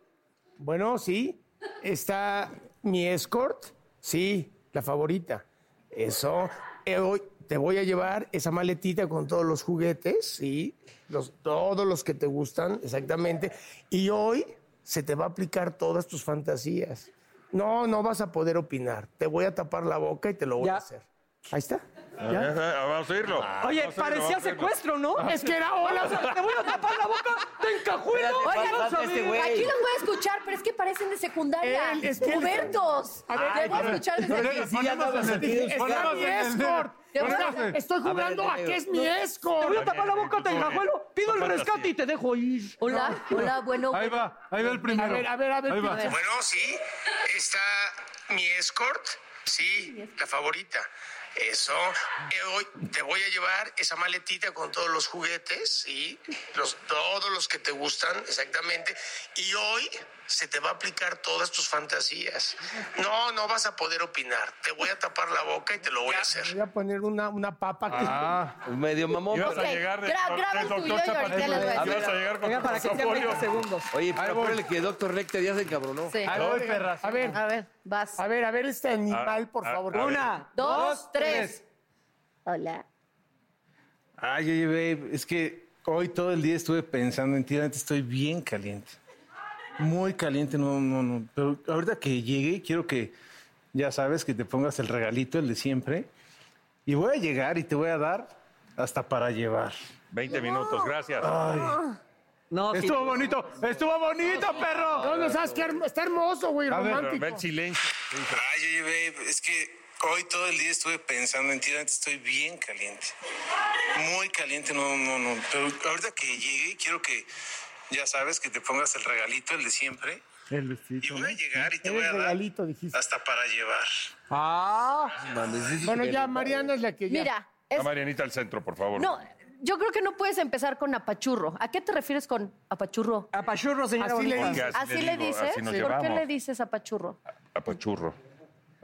Speaker 4: Bueno, sí. Está mi escort. Sí, la favorita. Eso. Eh, hoy te voy a llevar esa maletita con todos los juguetes, sí. Los, todos los que te gustan, exactamente. Y hoy se te va a aplicar todas tus fantasías. No, no vas a poder opinar. Te voy a tapar la boca y te lo voy
Speaker 3: Ya.
Speaker 4: a hacer. Ahí está.
Speaker 7: Ah, Vamos a irlo.
Speaker 5: Ah,
Speaker 3: Oye,
Speaker 7: Vamos
Speaker 3: parecía
Speaker 7: a oírlo, vamos a Ah, oírlo.
Speaker 3: secuestro, ¿no?
Speaker 4: Es que era
Speaker 3: Vamos
Speaker 4: hola.
Speaker 3: a- Te voy a tapar la boca, te encajuelo.
Speaker 2: Espérate,
Speaker 3: Oye,
Speaker 2: falta
Speaker 3: vamos a
Speaker 2: este
Speaker 3: ver.
Speaker 2: güey.
Speaker 6: Aquí los voy a escuchar, pero es que parecen de secundaria.
Speaker 4: Él, es que él-
Speaker 6: Pubertos.
Speaker 4: A ver,
Speaker 6: Te voy
Speaker 4: a
Speaker 6: a
Speaker 4: ver,
Speaker 6: escuchar desde
Speaker 5: Ponemos
Speaker 6: aquí.
Speaker 5: en el-
Speaker 2: andabas metidos.
Speaker 4: Está
Speaker 5: ponemos
Speaker 4: mi
Speaker 5: en el-
Speaker 4: escort.
Speaker 5: ponemos
Speaker 6: Te voy a-
Speaker 5: en-
Speaker 4: Estoy jugando a
Speaker 2: negro.
Speaker 4: que es mi
Speaker 3: Te
Speaker 4: escort.
Speaker 3: voy a tapar la boca, te
Speaker 7: Muy bien.
Speaker 3: encajuelo. Pido el
Speaker 7: Son
Speaker 3: rescate
Speaker 7: fantasía.
Speaker 3: y te dejo ir.
Speaker 6: Hola, hola, bueno.
Speaker 5: Ahí
Speaker 6: bueno.
Speaker 5: va, ahí va el
Speaker 4: A
Speaker 5: primero.
Speaker 4: ver, a ver, a ver,
Speaker 5: Ahí va.
Speaker 4: a ver.
Speaker 8: Bueno, sí, está mi escort, sí, la favorita. Eso, Eh, hoy te voy a llevar esa maletita con todos los juguetes, sí, los, todos los que te gustan, exactamente. Y hoy se te va a aplicar todas tus fantasías. No, no vas a poder opinar. Te voy a tapar la boca y te lo voy a hacer.
Speaker 4: Voy a poner una, una papa que.
Speaker 5: Ah.
Speaker 2: Pues Medio mamón.
Speaker 7: Ibas
Speaker 6: Ok,
Speaker 7: a llegar de,
Speaker 6: gra- graba el
Speaker 7: del
Speaker 6: tuyo y ahorita
Speaker 7: Chapatín.
Speaker 6: les voy a
Speaker 7: Ibas
Speaker 6: decir.
Speaker 7: a llegar con
Speaker 3: Venga,
Speaker 7: tu
Speaker 3: para que sean 20
Speaker 7: portafolio.
Speaker 3: segundos.
Speaker 2: Oye, pero
Speaker 5: voy.
Speaker 2: ponle que Doctor Rector ya se encabronó.
Speaker 6: Sí.
Speaker 5: Ahí voy, perras.
Speaker 4: A ver,
Speaker 6: A ver, vas.
Speaker 4: a ver, a ver este animal, por
Speaker 7: a-
Speaker 4: favor.
Speaker 7: a ver.
Speaker 3: Una,
Speaker 6: Dos, tres. Hola.
Speaker 5: Ay, oye, babe, es que hoy todo el día estuve pensando en ti, la neta, estoy bien caliente. Muy caliente, no, no, no. Pero ahorita que llegue, quiero que, ya sabes, que te pongas el regalito, el de siempre. Y voy a llegar y te voy a dar hasta para llevar.
Speaker 7: 20 minutos, gracias.
Speaker 3: No, sí.
Speaker 5: Estuvo bonito, estuvo bonito,
Speaker 4: No,
Speaker 5: perro.
Speaker 4: no sabes que está hermoso, güey,
Speaker 5: A ver,
Speaker 7: Pero
Speaker 4: romántico.
Speaker 7: ve el silencio. que hizo.
Speaker 8: Ay, oye, babe, es que hoy todo el día estuve pensando en ti, la neta, estoy bien caliente. Muy caliente, no, no, no. Pero ahorita que llegue, quiero que, ya sabes, que te pongas el regalito, el de siempre.
Speaker 5: El
Speaker 8: Y
Speaker 5: vestido.
Speaker 8: voy a llegar y te voy
Speaker 4: El
Speaker 8: a dar
Speaker 4: regalito, dijiste.
Speaker 8: hasta para llevar.
Speaker 3: Ah,
Speaker 4: Bueno, ya, Mariana es la que ya.
Speaker 6: Mira,
Speaker 7: A
Speaker 6: es-
Speaker 7: Marianita al centro, por favor.
Speaker 6: no, yo creo que no puedes empezar con apachurro. ¿A qué te refieres con apachurro?
Speaker 3: apachurro, señora
Speaker 4: Así le
Speaker 3: bonita.
Speaker 7: Porque así,
Speaker 6: ¿Así le
Speaker 7: digo,
Speaker 6: dices?
Speaker 7: Así nos
Speaker 6: ¿Por qué
Speaker 7: llevamos.
Speaker 6: le dices apachurro?
Speaker 7: Apachurro.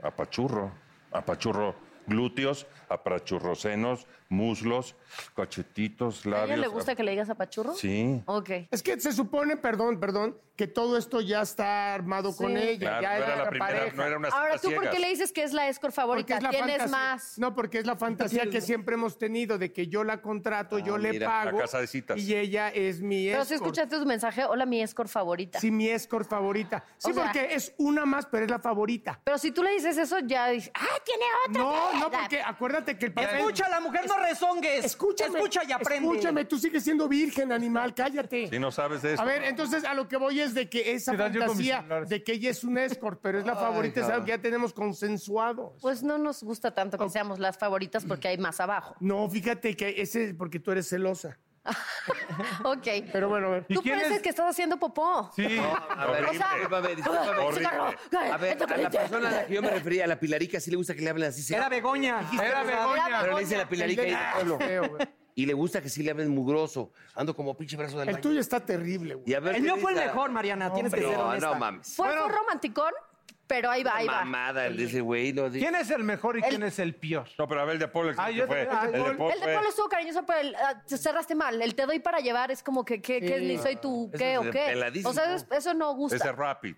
Speaker 7: Apachurro. Apachurro. Glúteos, apachurrosenos, muslos, cachetitos,
Speaker 6: ¿A
Speaker 7: labios.
Speaker 6: ella le gusta que le digas apachurro?
Speaker 7: Sí.
Speaker 6: Ok.
Speaker 4: Es que se supone, perdón, perdón, que todo esto ya está armado con ella.
Speaker 7: Claro,
Speaker 4: ya
Speaker 7: no era la
Speaker 4: nuestra
Speaker 7: primera,
Speaker 4: pareja.
Speaker 7: no era una
Speaker 6: Ahora,
Speaker 7: cita
Speaker 6: ¿tú por qué
Speaker 7: ciegas.
Speaker 6: le dices que es la escort
Speaker 4: Porque
Speaker 6: favorita?
Speaker 4: es la
Speaker 6: Tienes
Speaker 4: fantasía-
Speaker 6: más.
Speaker 4: No, porque es la fantasía que siempre hemos tenido de que yo la contrato, yo le
Speaker 2: mira,
Speaker 4: pago.
Speaker 7: Ah, la casa de citas.
Speaker 4: Y ella es mi
Speaker 6: Pero
Speaker 4: escort.
Speaker 6: si escuchaste tu mensaje, hola, mi escort favorita.
Speaker 4: Sí, mi escort favorita. Sí,
Speaker 6: O sea-
Speaker 4: porque es una más, pero es la favorita.
Speaker 6: Pero si tú le dices eso, ya dices, ¡ah, tiene otra!
Speaker 4: No, no,
Speaker 6: Da-
Speaker 4: porque acuérdate que el papel...
Speaker 3: Escucha, la mujer no rezongues.
Speaker 4: Escúchame.
Speaker 3: Escucha y aprende.
Speaker 4: Escúchame, tú sigues siendo virgen, animal, cállate.
Speaker 7: Si no sabes de eso.
Speaker 4: A ver, entonces a lo que voy es de que esa
Speaker 5: Te dan yo con mis
Speaker 4: fantasía
Speaker 5: celulares.
Speaker 4: de que ella es un escort, pero es la favorita, es algo que ya tenemos consensuado.
Speaker 6: Pues no nos gusta tanto que seamos las favoritas porque hay más abajo.
Speaker 4: No, fíjate que ese es porque tú eres celosa.
Speaker 6: Ok. Pero
Speaker 4: bueno,
Speaker 6: Tú pareces que estás haciendo popó.
Speaker 5: Sí.
Speaker 2: A ver,
Speaker 6: O sea,
Speaker 2: discúlpame, discúlpame.
Speaker 6: horrible.
Speaker 2: A ver, a la persona a la que yo me refería, a la Pilarica, sí le gusta que le hablen así.
Speaker 3: Era Begoña, era Begoña.
Speaker 2: Pero le dice la Pilarica y
Speaker 4: El de-
Speaker 2: el pueblo.
Speaker 4: Feo, güey.
Speaker 2: Y le gusta que sí le hablen mugroso. Ando como pinche brazo del
Speaker 4: El
Speaker 2: baño.
Speaker 4: tuyo está terrible, güey.
Speaker 2: Y a ver,
Speaker 3: El mío fue el
Speaker 2: ¿qué dice?
Speaker 3: mejor, Mariana, tienes que
Speaker 2: Hombre,
Speaker 3: ser
Speaker 2: no,
Speaker 3: honesta.
Speaker 2: No mames.
Speaker 6: Fue, fue romanticón, pero ahí va, ahí va.
Speaker 2: Mamada el de ese güey. lo de-
Speaker 5: ¿Quién es el mejor y quién es el peor?
Speaker 7: No, pero a ver, el de Paul.
Speaker 5: Ah, yo
Speaker 7: fue.
Speaker 5: también- ah,
Speaker 7: el de Paul
Speaker 6: El de Polo estuvo cariñoso, pero el, ah, te cerraste mal. El te doy para llevar es como que, que, que
Speaker 7: Sí.
Speaker 6: ni soy tu
Speaker 7: Eso
Speaker 6: qué
Speaker 7: Ah, es
Speaker 6: o qué.
Speaker 7: peladísimo.
Speaker 6: O sea, es- eso no
Speaker 7: fue- Ese
Speaker 6: gusta.
Speaker 7: Rapid.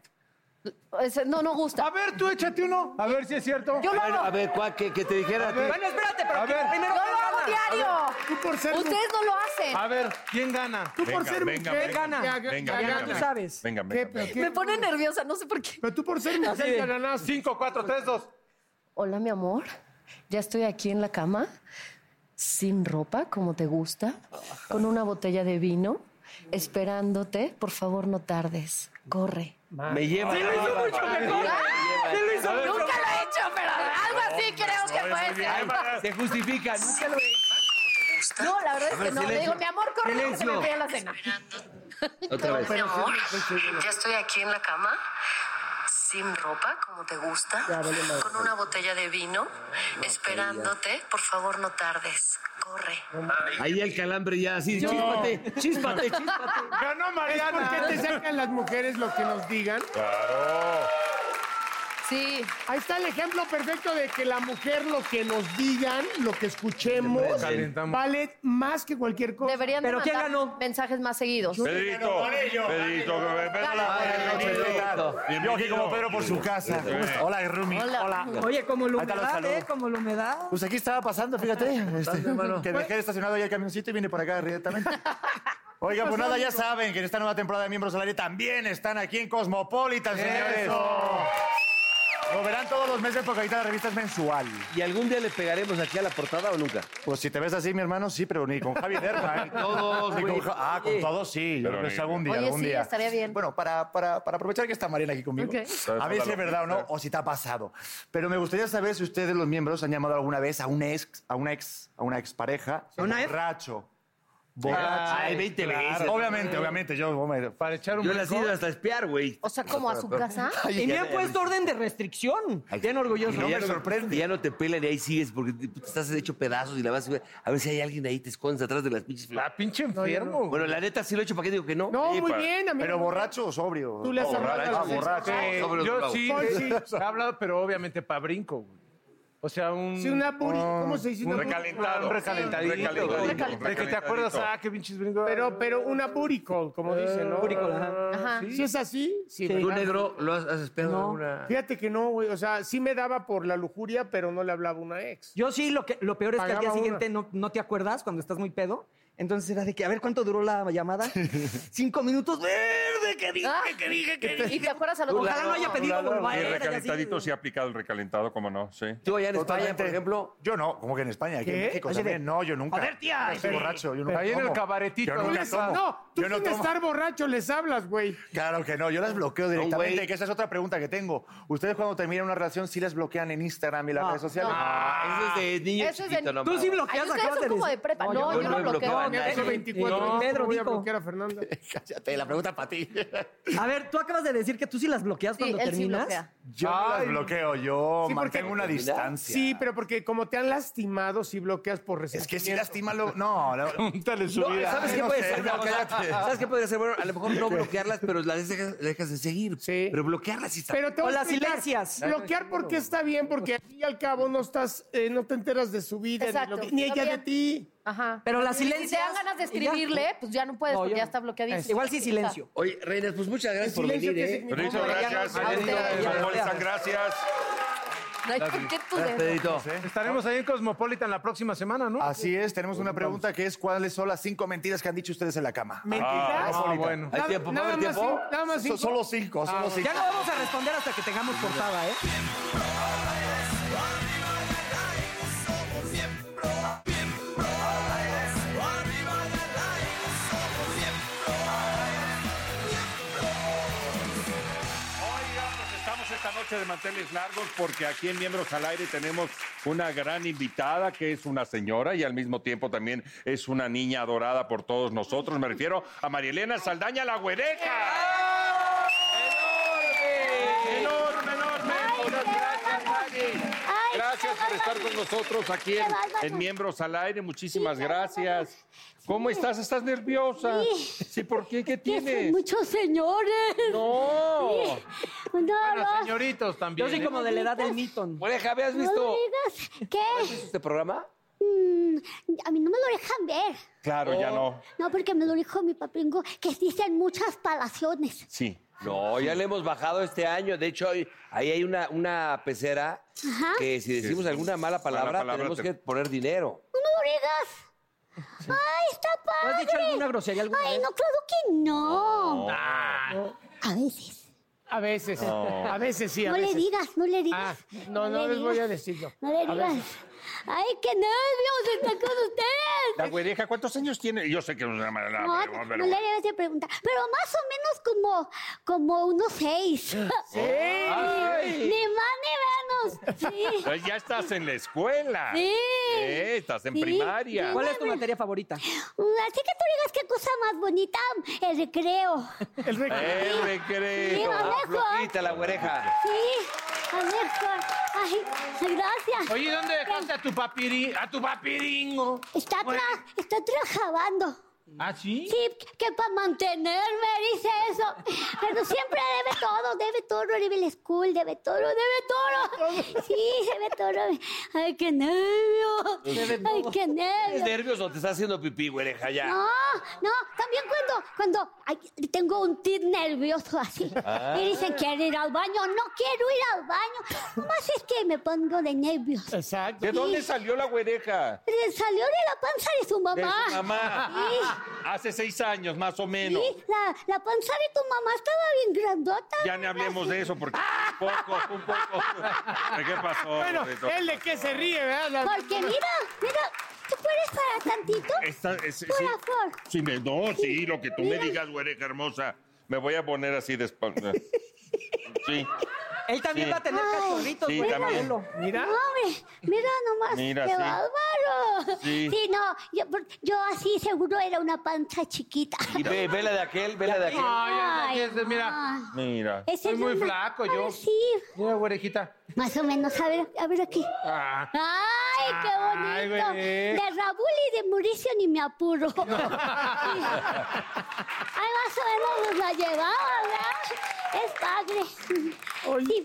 Speaker 6: Ese- no, no gusta.
Speaker 5: A ver, tú échate uno. A ver si es cierto.
Speaker 6: Yo lo
Speaker 2: Bueno,
Speaker 6: hago.
Speaker 2: a ver, ¿cuál, que, que te dijera. a ti?
Speaker 3: Bueno, espérate, pero
Speaker 5: A ver.
Speaker 3: primero
Speaker 6: Yo
Speaker 3: ¿quién
Speaker 6: lo hago
Speaker 3: gana?
Speaker 6: diario.
Speaker 3: A ver,
Speaker 6: Ustedes no lo hacen.
Speaker 5: A ver, ¿quién gana?
Speaker 4: Tú por ser mujer,
Speaker 3: gana.
Speaker 4: ya-
Speaker 7: Venga,
Speaker 4: ya
Speaker 7: venga,
Speaker 4: ganas.
Speaker 7: venga.
Speaker 3: sabes.
Speaker 7: Venga,
Speaker 4: ¿Qué,
Speaker 7: venga,
Speaker 4: pero,
Speaker 7: venga.
Speaker 4: qué?
Speaker 6: Me pone nerviosa, no sé por qué.
Speaker 4: Pero tú por ser mujer
Speaker 3: de-
Speaker 4: ya ganaste.
Speaker 5: 5, 4, 3,
Speaker 2: [laughs]
Speaker 5: 2.
Speaker 6: Hola, mi amor. Ya estoy aquí en la cama, sin ropa, como te gusta, con una botella de vino, esperándote. Por favor, no tardes. Corre.
Speaker 2: Me lleva.
Speaker 3: Sí, lo hizo mucho mejor. Sí, lo hizo mucho
Speaker 6: Nunca lo he hecho, pero algo así creo que puede ser.
Speaker 2: Se justifica. Nunca lo
Speaker 6: No, la verdad es
Speaker 2: ver,
Speaker 6: que no. Le
Speaker 2: silencio.
Speaker 6: digo, mi amor, corre porque se me
Speaker 2: Silencio.
Speaker 6: enfría la cena.
Speaker 2: Otra vez.
Speaker 12: amor,
Speaker 2: pues,
Speaker 12: ya estoy aquí en la cama, sin ropa, como te gusta, con una botella de vino, esperándote. Por favor, no tardes. Corre.
Speaker 2: Ahí el calambre ya así. Chíspate, chíspate, chíspate.
Speaker 5: Ganó
Speaker 4: ¿Es por
Speaker 5: Mariana.
Speaker 4: qué te sacan las mujeres lo que nos digan?
Speaker 7: Claro.
Speaker 6: Sí.
Speaker 4: Ahí está el ejemplo perfecto de que la mujer lo que nos digan, lo que escuchemos,
Speaker 5: Calentamos.
Speaker 4: vale más que cualquier cosa.
Speaker 6: Deberían de
Speaker 3: ¿Pero quién
Speaker 6: mandar
Speaker 3: ganó?
Speaker 6: mensajes más seguidos.
Speaker 7: Pedrito. Pedrito.
Speaker 6: Gana.
Speaker 7: Yo aquí como Pedro por su
Speaker 13: casa. ¿Cómo está? Hola, Rumi.
Speaker 6: Hola.
Speaker 3: Oye, como la
Speaker 13: Ahí están los
Speaker 3: humedad, ¿eh?
Speaker 13: saludos.
Speaker 3: Como la humedad. Pues-
Speaker 13: Pues aquí estaba pasando, fíjate, este, que dejé estacionado ahí el camioncito y vine por
Speaker 3: [laughs]
Speaker 13: acá directamente. Oigan, pues nada, ya saben que en esta nueva temporada de Miembros al Aire también están aquí en Cosmopolitan, señores. Lo verán todos los meses porque ahorita la revista es mensual.
Speaker 2: ¿Y algún día le pegaremos aquí a la portada o nunca?
Speaker 13: Pues si te ves así, mi hermano, sí, pero ni con Javi Derma. ¿eh?
Speaker 2: todos,
Speaker 13: Ni con
Speaker 2: güey.
Speaker 13: Ja- Ah, con
Speaker 2: Oye.
Speaker 13: todos sí.
Speaker 7: Pero
Speaker 13: Yo creo que
Speaker 7: ni-
Speaker 13: sí, algún día,
Speaker 6: Oye,
Speaker 13: algún
Speaker 6: sí,
Speaker 13: día.
Speaker 6: estaría bien.
Speaker 13: Bueno, para, para, para aprovechar que está Mariana aquí conmigo.
Speaker 6: Ok.
Speaker 13: A ver si es
Speaker 7: Hola,
Speaker 13: verdad o no,
Speaker 7: Lupita.
Speaker 13: o si te ha pasado. Pero me gustaría saber si ustedes, los miembros, han llamado alguna vez a un ex, a una ex, a una expareja.
Speaker 3: ¿A una ex?
Speaker 13: Borracho. Borracho.
Speaker 4: Ah,
Speaker 2: Ay, 20 veces.
Speaker 13: Obviamente, obviamente, yo... hombre,
Speaker 5: Para echar un
Speaker 2: Yo la he
Speaker 5: brinco.
Speaker 2: ido hasta espiar, güey.
Speaker 6: O sea, como a su
Speaker 13: [laughs]
Speaker 6: casa.
Speaker 3: Y me han puesto orden de restricción. Bien orgulloso.
Speaker 2: Y ya
Speaker 13: me sorprende.
Speaker 2: y Ya no te pelan y ahí sigues porque te- te estás hecho pedazos y la vas a ver. A ver si hay alguien ahí, te escondes atrás de las
Speaker 13: Ah,
Speaker 2: pinches flores.
Speaker 5: La pinche enfermo.
Speaker 2: Bueno, la neta sí lo he hecho, ¿para qué digo que no?
Speaker 4: No,
Speaker 7: Sí,
Speaker 4: muy
Speaker 7: para-
Speaker 4: bien, amigo.
Speaker 13: Pero borracho o sobrio.
Speaker 4: Tú le has
Speaker 13: Ah,
Speaker 4: hablado a
Speaker 13: borracho.
Speaker 4: los
Speaker 13: borracho.
Speaker 7: Eh,
Speaker 2: Sobre
Speaker 5: Yo
Speaker 2: los
Speaker 5: sí,
Speaker 4: Paul,
Speaker 5: eh,
Speaker 4: sí.
Speaker 5: he hablado, pero obviamente para brinco. güey. O sea, un...
Speaker 4: Sí, una buri- ¿Cómo se dice?
Speaker 5: un
Speaker 4: Una buri-
Speaker 7: Recalentado.
Speaker 5: Un recalentadito.
Speaker 7: Recalentadito,
Speaker 5: güey.
Speaker 7: recalentadito.
Speaker 5: De que te acuerdas, ah, qué pinches Ah, brincos.
Speaker 4: Pero, pero una booty call, como dicen, ¿no?
Speaker 3: booty call, ajá.
Speaker 6: Ajá.
Speaker 4: Si es así, sí.
Speaker 2: ¿Tú,
Speaker 4: ¿verdad?
Speaker 2: negro, lo has, has espiado
Speaker 3: No.
Speaker 2: alguna?
Speaker 4: Fíjate que no, güey. O sea, sí me daba por la lujuria, pero no le hablaba a una ex.
Speaker 3: Yo sí, lo, que, lo peor es que al día
Speaker 4: Pagaba una.
Speaker 3: siguiente no, no te acuerdas cuando estás muy pedo. Entonces era de que, a ver, ¿cuánto duró la llamada? Cinco minutos. ¡Verde! ¿Qué dije?
Speaker 6: Ah.
Speaker 3: ¿Qué dije? ¿Qué dije?
Speaker 6: Y te acuerdas a los
Speaker 3: Ojalá no haya pedido
Speaker 7: Y
Speaker 3: volver.
Speaker 7: el
Speaker 3: y así.
Speaker 7: recalentadito sí ha aplicado el recalentado, ¿cómo no? Sí.
Speaker 2: Tú allá en España, por
Speaker 13: Totalmente.
Speaker 2: ejemplo.
Speaker 13: Yo no, como que en España, aquí en
Speaker 4: ¿Qué?
Speaker 13: México
Speaker 4: Así de,
Speaker 13: también. No, yo nunca.
Speaker 3: "Joder, tía,
Speaker 13: Yo soy
Speaker 3: sí".
Speaker 13: borracho, yo nunca
Speaker 5: Ahí en el
Speaker 13: tomo.
Speaker 5: cabaretito,
Speaker 13: Yo
Speaker 4: Tú
Speaker 5: no
Speaker 13: nunca
Speaker 4: les-
Speaker 13: tomo.
Speaker 4: no, tú
Speaker 13: yo no
Speaker 4: sin
Speaker 13: tomo.
Speaker 4: estar borracho les hablas, güey.
Speaker 13: Claro que no, yo las bloqueo directamente,
Speaker 2: güey.
Speaker 13: que esa es otra pregunta que tengo. ¿Ustedes cuando terminan una relación sí las bloquean en Instagram y las
Speaker 3: No,
Speaker 13: redes sociales?
Speaker 2: Ah, eso es de niño
Speaker 6: Eso es de-
Speaker 2: chiquito, no
Speaker 3: Tú sí
Speaker 2: mames.
Speaker 6: Ay,
Speaker 3: bloqueas,
Speaker 6: ustedes
Speaker 3: acabas
Speaker 6: son
Speaker 3: de
Speaker 6: como de
Speaker 3: decir.
Speaker 6: prepa. No, yo, no bloqueo.
Speaker 2: bloqueaba
Speaker 6: a
Speaker 2: a nadie.
Speaker 6: nadie.
Speaker 4: Hace 24
Speaker 3: No,
Speaker 4: años
Speaker 3: Pedro,
Speaker 4: voy a
Speaker 3: dijo.
Speaker 4: bloquear a Fernanda.
Speaker 13: [laughs] Cállate, la pregunta para ti.
Speaker 3: A ver, tú acabas de decir que tú sí las bloqueas
Speaker 6: Sí,
Speaker 3: cuando
Speaker 6: él sí
Speaker 3: terminas.
Speaker 6: bloquea.
Speaker 13: Yo no las bloqueo, yo
Speaker 4: Sí, porque-
Speaker 13: mantengo una distancia.
Speaker 4: Sí, pero porque como te han lastimado, si bloqueas por
Speaker 13: Es
Speaker 4: resentimiento.
Speaker 13: que sí lastímalo. No,
Speaker 2: [laughs]
Speaker 13: la-
Speaker 5: Pregúntale su vida.
Speaker 2: ¿Sabes qué
Speaker 13: no
Speaker 2: puede
Speaker 13: sé,
Speaker 2: ser?
Speaker 13: no,
Speaker 2: No,
Speaker 13: cállate.
Speaker 2: ¿Sabes qué podría ser? Bueno, a lo mejor no bloquearlas, pero las dejas, dejas de seguir.
Speaker 4: Sí.
Speaker 2: Pero bloquearlas y está.
Speaker 4: Pero te
Speaker 3: O
Speaker 4: voy a
Speaker 3: las
Speaker 4: explicar.
Speaker 3: silencias.
Speaker 4: Bloquear porque está bien, porque al fin y al cabo no estás, eh, no te enteras de su vida, ni,
Speaker 6: Exacto.
Speaker 4: lo que- ni
Speaker 6: Está
Speaker 4: ella de
Speaker 6: bien.
Speaker 4: ti.
Speaker 6: Ajá.
Speaker 3: Pero la
Speaker 6: Si te
Speaker 3: silencias.
Speaker 6: dan ganas de
Speaker 3: y ya.
Speaker 6: escribirle, pues ya no puedes
Speaker 3: No,
Speaker 6: porque
Speaker 3: yo
Speaker 6: ya
Speaker 3: no.
Speaker 6: está bloqueadísimo.
Speaker 3: Igual sí silencio.
Speaker 2: Oye, Reinas, pues muchas gracias por
Speaker 4: silencio
Speaker 2: venir.
Speaker 4: que
Speaker 2: ¿eh?
Speaker 4: significa-
Speaker 7: Pedrito,
Speaker 6: No, Mariana,
Speaker 7: gracias.
Speaker 6: a ustedes.
Speaker 7: Cosmopolitan, gracias.
Speaker 6: No hay por qué pues, tú
Speaker 2: Gracias, Pedrito.
Speaker 5: Estaremos ahí en Cosmopolitan la próxima semana, ¿no?
Speaker 13: Así es, tenemos
Speaker 5: Pues
Speaker 13: una pregunta que es ¿cuáles son las cinco mentiras que han dicho ustedes en la cama?
Speaker 5: Ah,
Speaker 4: ¿Mentiras?
Speaker 5: ah, bueno.
Speaker 2: ¿Hay tiempo? ¿Va a
Speaker 4: nada,
Speaker 2: haber
Speaker 4: más,
Speaker 2: tiempo?
Speaker 4: cin- nada más
Speaker 13: So-
Speaker 4: cinco. Ah,
Speaker 13: solo cinco, solo cinco.
Speaker 3: Ya no vamos a responder hasta que tengamos portada, ¿eh?
Speaker 7: Oigan, pues estamos esta noche de manteles largos porque aquí en Miembros al Aire tenemos una gran invitada que es una señora y al mismo tiempo también es una niña adorada por todos nosotros. Me refiero a Marielena Saldaña La Güereja.
Speaker 1: ¡Enorme, enorme! Muchas gracias, Maggie.
Speaker 7: Gracias por estar con nosotros aquí en, en Miembros al Aire. Muchísimas gracias. ¿Cómo estás? ¿Estás nerviosa? Sí. ¿por qué? ¿Qué
Speaker 14: Que son
Speaker 7: tienes?
Speaker 14: muchos señores.
Speaker 7: No.
Speaker 14: No, no.
Speaker 5: señoritos también.
Speaker 3: Yo
Speaker 2: ¿eh?
Speaker 3: soy como de la edad del Newton. Oreja, ¿habías
Speaker 14: No digas que
Speaker 2: ¿Este programa?
Speaker 14: mm, a mí no me lo dejan ver.
Speaker 7: Claro, ya no.
Speaker 14: No, porque me lo dijo mi papingo, que dicen muchas palaciones.
Speaker 7: Sí.
Speaker 2: No, ya le hemos bajado este año. De hecho, ahí ahí hay una, una pecera
Speaker 14: Ajá.
Speaker 2: que si decimos
Speaker 7: Sí.
Speaker 2: alguna mala
Speaker 7: Mala
Speaker 2: palabra,
Speaker 7: palabra
Speaker 2: tenemos
Speaker 7: te-
Speaker 2: que poner dinero.
Speaker 14: No lo digas. Ay, está padre.
Speaker 2: has dicho alguna grosería alguna
Speaker 14: Ay,
Speaker 2: vez?
Speaker 14: no, claro que no.
Speaker 7: Ah.
Speaker 4: A
Speaker 14: veces.
Speaker 4: A veces.
Speaker 14: No.
Speaker 4: A veces sí, a
Speaker 14: No le
Speaker 4: veces.
Speaker 14: digas, no le digas.
Speaker 4: Ah,
Speaker 14: No
Speaker 4: no, no
Speaker 14: le
Speaker 4: les voy
Speaker 14: digas.
Speaker 4: a decirlo.
Speaker 14: No le
Speaker 4: A
Speaker 14: digas.
Speaker 4: veces.
Speaker 14: Ay, qué nervios está con ustedes.
Speaker 7: La Güereja, ¿cuántos años tiene? Yo sé que no es una mala
Speaker 14: No,
Speaker 7: pero-
Speaker 14: no,
Speaker 7: pero-
Speaker 14: le debes de preguntar. Pero más o menos como, como unos seis. [laughs]
Speaker 7: Ay.
Speaker 14: Ni más ni menos. Sí.
Speaker 7: Pues ya estás en la escuela.
Speaker 14: Sí.
Speaker 7: Eh, estás en
Speaker 14: Sí,
Speaker 7: primaria.
Speaker 14: sí, ¿Cuál es tu bueno.
Speaker 3: materia
Speaker 13: [laughs]
Speaker 3: favorita?
Speaker 14: Así que tú digas qué cosa más bonita, el recreo.
Speaker 4: El
Speaker 7: recreo. El recreo.
Speaker 14: Sí, a
Speaker 2: Ah,
Speaker 14: mejor.
Speaker 2: flojita la güereja.
Speaker 14: Sí, a mejor. Ay, gracias.
Speaker 5: Oye, ¿dónde dejaste a tu papiri, a tu papiringo?
Speaker 14: Está, tra- está trabajando.
Speaker 5: ¿Ah, sí?
Speaker 14: Sí, que para mantenerme, dice eso. Pero siempre debe todo, debe todo, debe la school, debe todo, debe todo. Sí, debe todo. Ay, qué nervio. Ay, qué
Speaker 2: ¿Tienes
Speaker 14: nervio.
Speaker 2: nervios o te está haciendo pipí, güereja, ya?
Speaker 14: No, no, también cuando, cuando ay, tengo un tic nervioso así.
Speaker 2: Ah.
Speaker 14: Y dicen, ¿quiere ir al baño? No quiero ir al baño. Nomás es que me pongo de nervios.
Speaker 7: ¿De
Speaker 14: Sí.
Speaker 7: dónde salió la Güereja?
Speaker 14: Le salió de la panza de su mamá.
Speaker 7: De su mamá.
Speaker 14: Sí,
Speaker 7: Hace seis años, más o menos.
Speaker 14: sí, la, la panza de tu mamá estaba bien grandota.
Speaker 7: Ya ni hablemos de eso porque un poco, un poco. ¿Qué pasó?
Speaker 4: Bueno,
Speaker 7: Beto?
Speaker 4: él de qué se ríe, ¿verdad? La-
Speaker 14: Porque mira, mira, ¿tú puedes parar tantito?
Speaker 7: Esta- es- sí.
Speaker 14: Por favor.
Speaker 7: Sí, me- no, sí, lo que tú me
Speaker 14: Mira.
Speaker 7: digas, Güereja hermosa. Me voy a poner así de espalda. Sí.
Speaker 3: Él también
Speaker 7: Sí.
Speaker 3: va a tener
Speaker 7: Ay,
Speaker 3: cachorritos,
Speaker 7: sí,
Speaker 3: güey.
Speaker 7: también.
Speaker 3: Velo.
Speaker 14: No, hombre, mira nomás.
Speaker 7: Mira,
Speaker 14: ¡Qué
Speaker 7: sí.
Speaker 14: bárbaro!
Speaker 7: Sí.
Speaker 14: no, yo, por- yo así seguro era una panza chiquita.
Speaker 2: Y ve, vela de aquel, vela de aquel.
Speaker 14: Ay,
Speaker 5: mira.
Speaker 7: Mira.
Speaker 14: Ese
Speaker 5: Soy
Speaker 14: es
Speaker 5: muy
Speaker 14: una-
Speaker 5: flaco yo.
Speaker 14: Ay, sí.
Speaker 5: Mira, Güerejita.
Speaker 14: Más o menos, a ver, a ver aquí.
Speaker 5: Ah.
Speaker 14: ¡Ay, qué
Speaker 5: Ay,
Speaker 14: bonito!
Speaker 5: güey.
Speaker 14: de Raúl y de Mauricio ni me apuro. Sí. Ay, más o menos nos la llevaba, ¿verdad? Es padre. sí,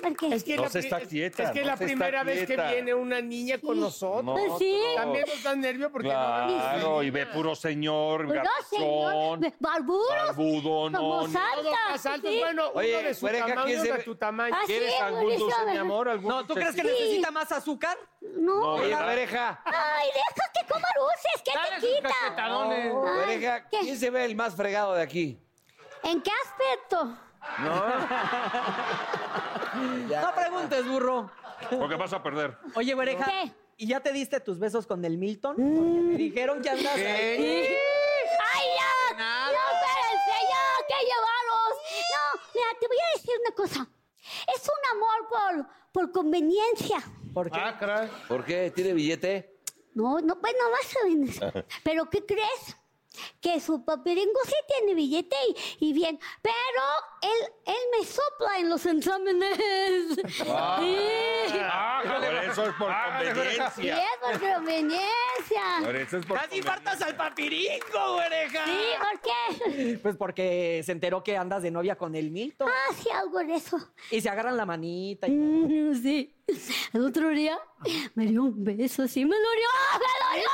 Speaker 14: porque...
Speaker 4: Es que
Speaker 7: No
Speaker 4: la
Speaker 7: se
Speaker 4: pri-
Speaker 7: está quieta,
Speaker 4: Es que es
Speaker 7: no
Speaker 4: la
Speaker 7: se está
Speaker 4: primera vez que
Speaker 7: quieta.
Speaker 4: viene una niña con nosotros.
Speaker 7: No, Sí.
Speaker 4: También nos da nervio porque
Speaker 7: Claro,
Speaker 4: no
Speaker 7: y ve puro señor,
Speaker 14: Pues no, señor.
Speaker 7: garrazón,
Speaker 14: Ve- Barbudos.
Speaker 7: barbudo, no,
Speaker 14: Como
Speaker 7: no.
Speaker 14: santa.
Speaker 4: Todos altos, bueno, uno
Speaker 2: Oye,
Speaker 4: de su
Speaker 2: güereja,
Speaker 4: tamaño,
Speaker 2: ¿quién
Speaker 4: uno
Speaker 2: se-
Speaker 4: de tu tamaño.
Speaker 14: Así
Speaker 2: ¿Quieres
Speaker 14: es,
Speaker 2: algún dulce,
Speaker 14: Ah, Mauricio,
Speaker 2: mi
Speaker 14: ¿verdad?
Speaker 2: amor? ¿Algún
Speaker 3: No, ¿tú crees que
Speaker 2: dulcecito?
Speaker 3: necesita más azúcar?
Speaker 14: No.
Speaker 2: Oye,
Speaker 3: ¿verdad?
Speaker 2: güereja.
Speaker 14: Ay, deja que coma luces, que te quita.
Speaker 2: Güereja, ¿quién se ve el más fregado de aquí?
Speaker 14: ¿En qué aspecto?
Speaker 3: No preguntes, burro.
Speaker 7: Porque vas a perder.
Speaker 3: Oye, güereja.
Speaker 14: ¿Qué?
Speaker 3: ¿Y ya te diste tus besos con el Milton?
Speaker 13: Mm.
Speaker 3: Porque me dijeron que andas.
Speaker 14: Sí. ¡Ay, ya! ¡No, espérense, ya! ¡Qué llevaros! No, mira, te voy a decir una cosa. Es un amor por, por conveniencia.
Speaker 3: ¿Por
Speaker 2: qué? ¿Por qué? ¿Tiene billete?
Speaker 14: No, no, pues no vas a venir. ¿Pero qué crees? Que su papiringo sí tiene billete y, y bien, pero él, él me sopla en los exámenes. Sí.
Speaker 7: Ah, por eso es por
Speaker 14: Sí,
Speaker 7: conveniencia.
Speaker 14: es por conveniencia.
Speaker 7: Por eso es por
Speaker 3: ¡Casi faltas al papiringo, güereja!
Speaker 14: Sí, ¿por qué?
Speaker 3: Pues porque se enteró que andas de novia con el Milton.
Speaker 14: Ah, sí, algo de eso.
Speaker 3: Y se agarran la manita. Y...
Speaker 14: Mm, sí. El otro día me dio un beso, sí me dolió, me dolió,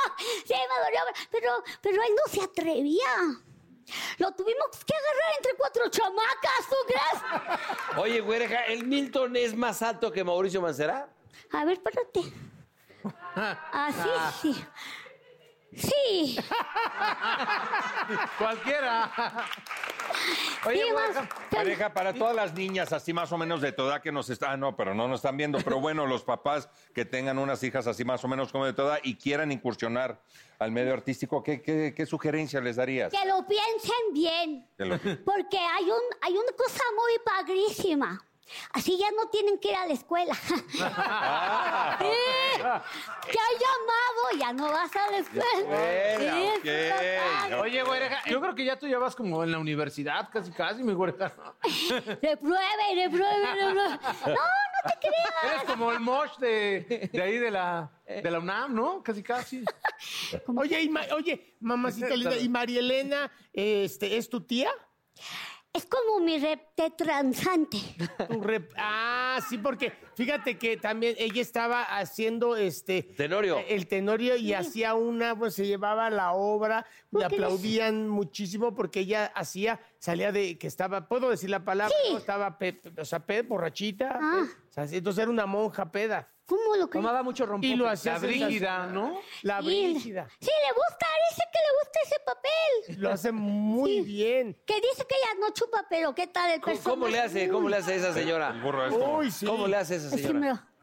Speaker 14: sí me dolió, pero, pero él no se atrevía. Lo tuvimos que agarrar entre cuatro chamacas, ¿tú crees?
Speaker 2: Oye, güereja, ¿el Milton es más alto que Mauricio Mancera?
Speaker 14: A ver, párate. Así, sí. Sí.
Speaker 5: [laughs] Cualquiera.
Speaker 14: Sí, más-
Speaker 7: Pareja, para todas las niñas así más o menos de tu edad que nos están, ah, no, pero no nos están viendo, pero bueno, los papás que tengan unas hijas así más o menos como de tu edad y quieran incursionar al medio artístico, ¿qué, qué, qué sugerencia les darías?
Speaker 14: Que lo piensen bien.
Speaker 7: Que lo-
Speaker 14: Porque hay, un, hay una cosa muy padrísima. Así ya no tienen que ir a la escuela. Ah. [laughs] Sí, Te han llamado, ya no vas a la escuela. Sí, es una tarde.
Speaker 5: Oye, güereja, yo creo que ya tú ya vas como en la universidad, casi, casi, mi güereja.
Speaker 14: [laughs] Repruebe, repruebe, repruebe. No, no te creas.
Speaker 5: Eres como el mosh de, de ahí de la, de la UNAM, ¿no? Casi,
Speaker 4: [laughs]
Speaker 5: casi.
Speaker 4: Oye, y ma- oye, [laughs] mamacita linda, ¿y Marielena este, es tu tía?
Speaker 14: Es como mi repte transante.
Speaker 4: [laughs] Tu rep- ah, sí, porque fíjate que también ella estaba haciendo este.
Speaker 2: Tenorio.
Speaker 4: El tenorio y hacía una, pues se llevaba la obra, le aplaudían muchísimo porque ella hacía, salía de que estaba, puedo decir la palabra, ¿no? estaba, pe- pe- o sea, pe- borrachita.
Speaker 14: Ah.
Speaker 4: pe- o sea, entonces era una monja peda.
Speaker 14: ¿Cómo lo crees?
Speaker 4: Tomaba mucho rompope. Y lo hacía
Speaker 5: La
Speaker 4: sensacional.
Speaker 5: Brígida, ¿no?
Speaker 4: La
Speaker 14: Sí,
Speaker 4: brígida.
Speaker 14: Sí, le gusta, dice que le gusta ese papel.
Speaker 4: Lo hace muy bien.
Speaker 14: Que dice que ella no chupa, pero ¿qué tal el
Speaker 2: ¿Cómo,
Speaker 14: personaje?
Speaker 2: cómo le hace? ¿Cómo le hace a esa señora?
Speaker 4: Uy, sí.
Speaker 2: ¿Cómo le hace a esa
Speaker 14: Así me
Speaker 2: señora?
Speaker 14: lo-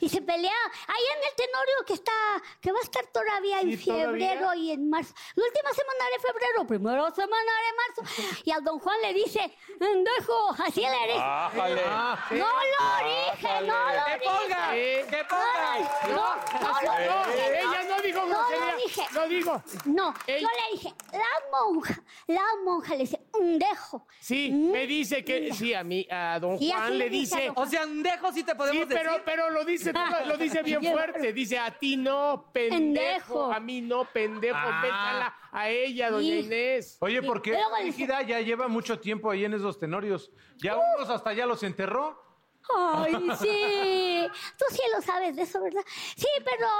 Speaker 14: Y se pelea. Ahí en el Tenorio que está, que va a estar todavía en
Speaker 4: Sí, todavía.
Speaker 14: febrero y en marzo. La última semana de febrero, primera semana de marzo. Y al don Juan le dice, ¡Endejo! Así le eres.
Speaker 1: Ájale.
Speaker 4: Ah.
Speaker 14: ¡No
Speaker 8: Ah,
Speaker 14: lo dije! ¡No lo
Speaker 1: Ájale.
Speaker 14: dije!
Speaker 1: ¡Que ponga!
Speaker 14: ¡Que ponga! ¡No, no lo
Speaker 1: Eh.
Speaker 14: dije!
Speaker 1: Ella no dijo
Speaker 14: ¡No
Speaker 1: grosería.
Speaker 14: lo dije!
Speaker 4: ¡No digo!
Speaker 14: No, yo le dije, la monja, la monja le dice, ¡Endejo!
Speaker 4: Sí, me dice que sí, a mí, a don
Speaker 14: Mm. Sí, así
Speaker 4: Juan
Speaker 14: le
Speaker 4: le
Speaker 14: dice a
Speaker 4: dice.
Speaker 14: don Juan. O
Speaker 3: sea, andejo sí te podemos
Speaker 4: sí, pero,
Speaker 3: decir.
Speaker 4: pero lo dice, lo, lo
Speaker 14: [laughs]
Speaker 4: dice bien fuerte. Dice, a ti no, pendejo.
Speaker 14: Pendejo.
Speaker 4: A mí no, pendejo.
Speaker 5: Ah.
Speaker 4: Pétala a ella, doña
Speaker 5: Sí.
Speaker 4: Inés.
Speaker 5: Oye, porque
Speaker 4: Pero
Speaker 5: la
Speaker 4: con el-
Speaker 5: Brígida ya lleva mucho tiempo ahí en esos tenorios.
Speaker 14: Uh.
Speaker 5: Ya unos hasta ya los enterró.
Speaker 1: [laughs]
Speaker 14: Ay, sí. Tú sí lo sabes de eso, ¿verdad? Sí, pero,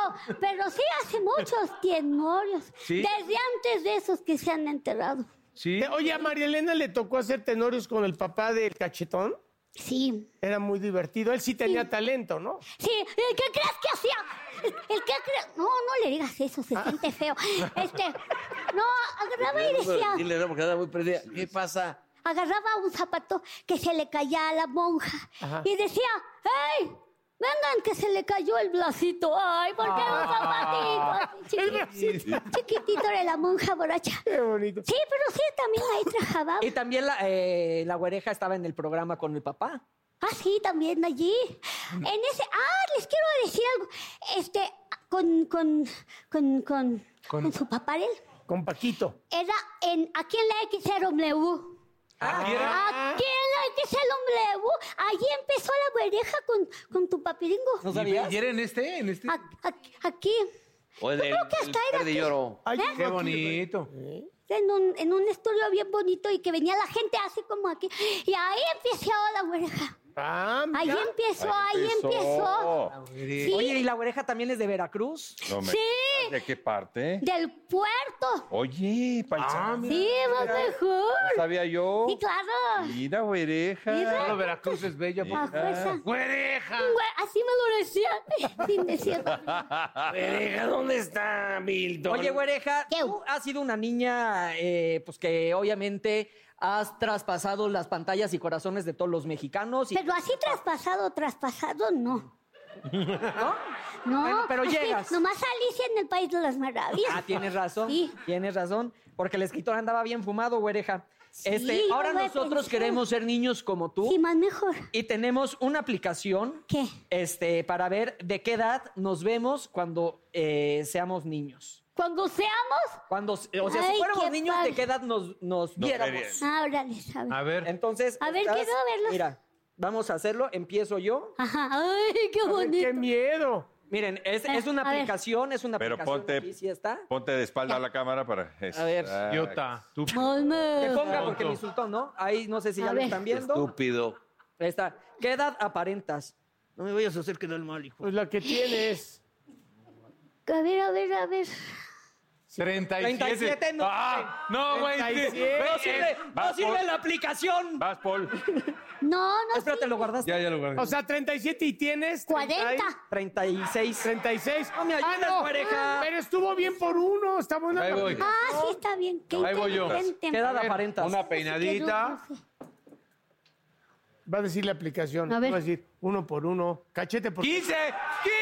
Speaker 14: pero sí hace muchos tienorios.
Speaker 4: Sí.
Speaker 14: Desde antes de esos que se han enterrado.
Speaker 4: Te- Oye, a María Elena le tocó hacer tenorios con el papá del cachetón.
Speaker 14: Sí.
Speaker 4: Era muy divertido. Él sí tenía talento, ¿no?
Speaker 14: Sí, ¿el qué crees que hacía? ¿El qué crees? No, no le digas eso, se
Speaker 1: [laughs]
Speaker 14: siente feo. Este, no, agarraba y decía,
Speaker 2: Dile, no, porque anda muy perdida. ¿Qué pasa?
Speaker 14: agarraba un zapato que se le caía a la monja
Speaker 4: Ah.
Speaker 2: Ajá.
Speaker 14: y decía, ¡Ey! Vengan, que se le cayó el bracito. ¡Ay, por qué un
Speaker 8: Ah.
Speaker 14: zapatito!
Speaker 4: Ah.
Speaker 14: así chiquitito, chiquitito de la monja borracha.
Speaker 4: Qué bonito.
Speaker 14: Sí, pero sí, también ahí trabajaba.
Speaker 3: Y también la, eh, la güereja estaba en el programa con el papá.
Speaker 14: Ah, sí, también allí. En ese. Ah, les quiero decir algo. Este, con, con, con, con,
Speaker 4: Con-
Speaker 14: con su papá, él.
Speaker 4: Con Paquito.
Speaker 14: Era en, aquí en la XRW. Ah.
Speaker 4: Aquí Ah. era.
Speaker 14: Aquí en la XRW. Allí empezó la güereja con, con tu papiringo.
Speaker 5: ¿Y y era en este? En este?
Speaker 14: Aquí. aquí.
Speaker 2: O en
Speaker 14: Yo
Speaker 2: el,
Speaker 14: creo que
Speaker 2: el
Speaker 14: hasta era
Speaker 2: Verde
Speaker 14: aquí.
Speaker 2: lloro.
Speaker 14: Ay, ¿Eh?
Speaker 5: Qué bonito.
Speaker 14: En un, en un estudio bien bonito y que venía la gente así como aquí. Y ahí empezó la güereja.
Speaker 5: Ah,
Speaker 14: Ahí empezó, ahí empezó. Sí.
Speaker 3: Oye, ¿y la güereja también es de Veracruz?
Speaker 7: No me-
Speaker 14: Sí. [laughs]
Speaker 7: ¿De qué parte?
Speaker 14: Del puerto.
Speaker 7: Oye,
Speaker 5: Ah,
Speaker 3: Ah,
Speaker 7: paisano.
Speaker 14: Sí, más mejor.
Speaker 7: No sabía yo.
Speaker 14: Sí, claro. Ah,
Speaker 7: Mira, güereja.
Speaker 14: Mira.
Speaker 5: Solo Veracruz es bella.
Speaker 7: Sí.
Speaker 14: A fuerza.
Speaker 5: ¡Güereja!
Speaker 14: Güe- pues, ah. Así me lo decía. Sin decir.
Speaker 2: Güereja, ¿dónde está Milton?
Speaker 3: Oye, güereja, tú has sido una niña, eh, pues que obviamente has traspasado las pantallas y corazones de todos los mexicanos. Y...
Speaker 14: Pero así traspasado, traspasado, no. No, pues
Speaker 3: Bueno, pero
Speaker 14: así,
Speaker 3: llegas.
Speaker 14: Nomás Alicia en el País de las Maravillas.
Speaker 3: Ah, tienes razón.
Speaker 14: Sí.
Speaker 3: Tienes razón. Porque el escritor andaba bien fumado, güereja. Este,
Speaker 14: yo
Speaker 3: ahora
Speaker 14: voy a
Speaker 3: nosotros
Speaker 14: pensar.
Speaker 3: queremos ser niños como tú.
Speaker 14: Sí, más mejor.
Speaker 3: Y tenemos una aplicación Este, para ver de qué edad nos vemos cuando eh, seamos niños.
Speaker 14: Cuando seamos.
Speaker 3: Cuando, o sea,
Speaker 14: Ay,
Speaker 3: si fuéramos
Speaker 14: qué
Speaker 3: niños,
Speaker 14: padre.
Speaker 3: ¿de qué edad nos, nos
Speaker 7: Nos
Speaker 3: viéramos?
Speaker 7: verías.
Speaker 14: Ah, órale, ¿sabes?
Speaker 7: A ver.
Speaker 3: Entonces.
Speaker 14: A ver, quiero verlos.
Speaker 3: Mira, vamos a hacerlo. Empiezo yo.
Speaker 14: Ajá.
Speaker 3: [laughs]
Speaker 14: Ay, qué bonito.
Speaker 4: ¡Qué miedo!
Speaker 3: Miren, es,
Speaker 14: Eh,
Speaker 3: es una
Speaker 14: a ver.
Speaker 3: aplicación, es una
Speaker 7: Pero
Speaker 3: aplicación.
Speaker 7: ponte,
Speaker 3: aquí sí está.
Speaker 7: ponte de espalda a la cámara para. este, ah,
Speaker 3: A ver.
Speaker 5: Idiota, tú.
Speaker 3: Que ponga
Speaker 14: Ponme.
Speaker 3: porque me insultó, ¿no? Ahí no sé si
Speaker 14: A
Speaker 3: ya lo
Speaker 14: ver.
Speaker 3: están viendo.
Speaker 2: Estúpido.
Speaker 3: Ahí está. ¿Qué edad aparentas? No me vayas a hacer quedar mal, hijo.
Speaker 4: Pues la que tienes.
Speaker 14: A ver, a ver, a ver.
Speaker 5: 37.
Speaker 3: 37 no.
Speaker 5: Ah, no, güey. sí.
Speaker 3: No
Speaker 5: Ve,
Speaker 3: sirve,
Speaker 5: eh,
Speaker 3: no
Speaker 5: vas,
Speaker 3: sirve
Speaker 5: Paul.
Speaker 3: la aplicación.
Speaker 7: Vas, Paul.
Speaker 14: No, no.
Speaker 3: Espérate, lo guardaste.
Speaker 5: Ya, ya lo guardé.
Speaker 4: O sea, 37 y tienes.
Speaker 14: 40.
Speaker 3: 36.
Speaker 4: 36.
Speaker 3: No me ayudes,
Speaker 4: ah, no.
Speaker 3: pareja.
Speaker 4: Pero estuvo bien por uno. Está buena.
Speaker 5: Ahí
Speaker 4: la
Speaker 5: voy.
Speaker 4: vida.
Speaker 14: Ah, sí, está bien. Qué
Speaker 5: Ahí voy yo.
Speaker 14: inteligente.
Speaker 3: ¿Qué edad
Speaker 14: A ver,
Speaker 3: aparentas?
Speaker 5: Una
Speaker 14: qué
Speaker 5: peinadita.
Speaker 14: rudo, sí.
Speaker 4: Va a decir la aplicación.
Speaker 14: A ver.
Speaker 4: Va a decir uno por uno. Cachete por.
Speaker 5: 15,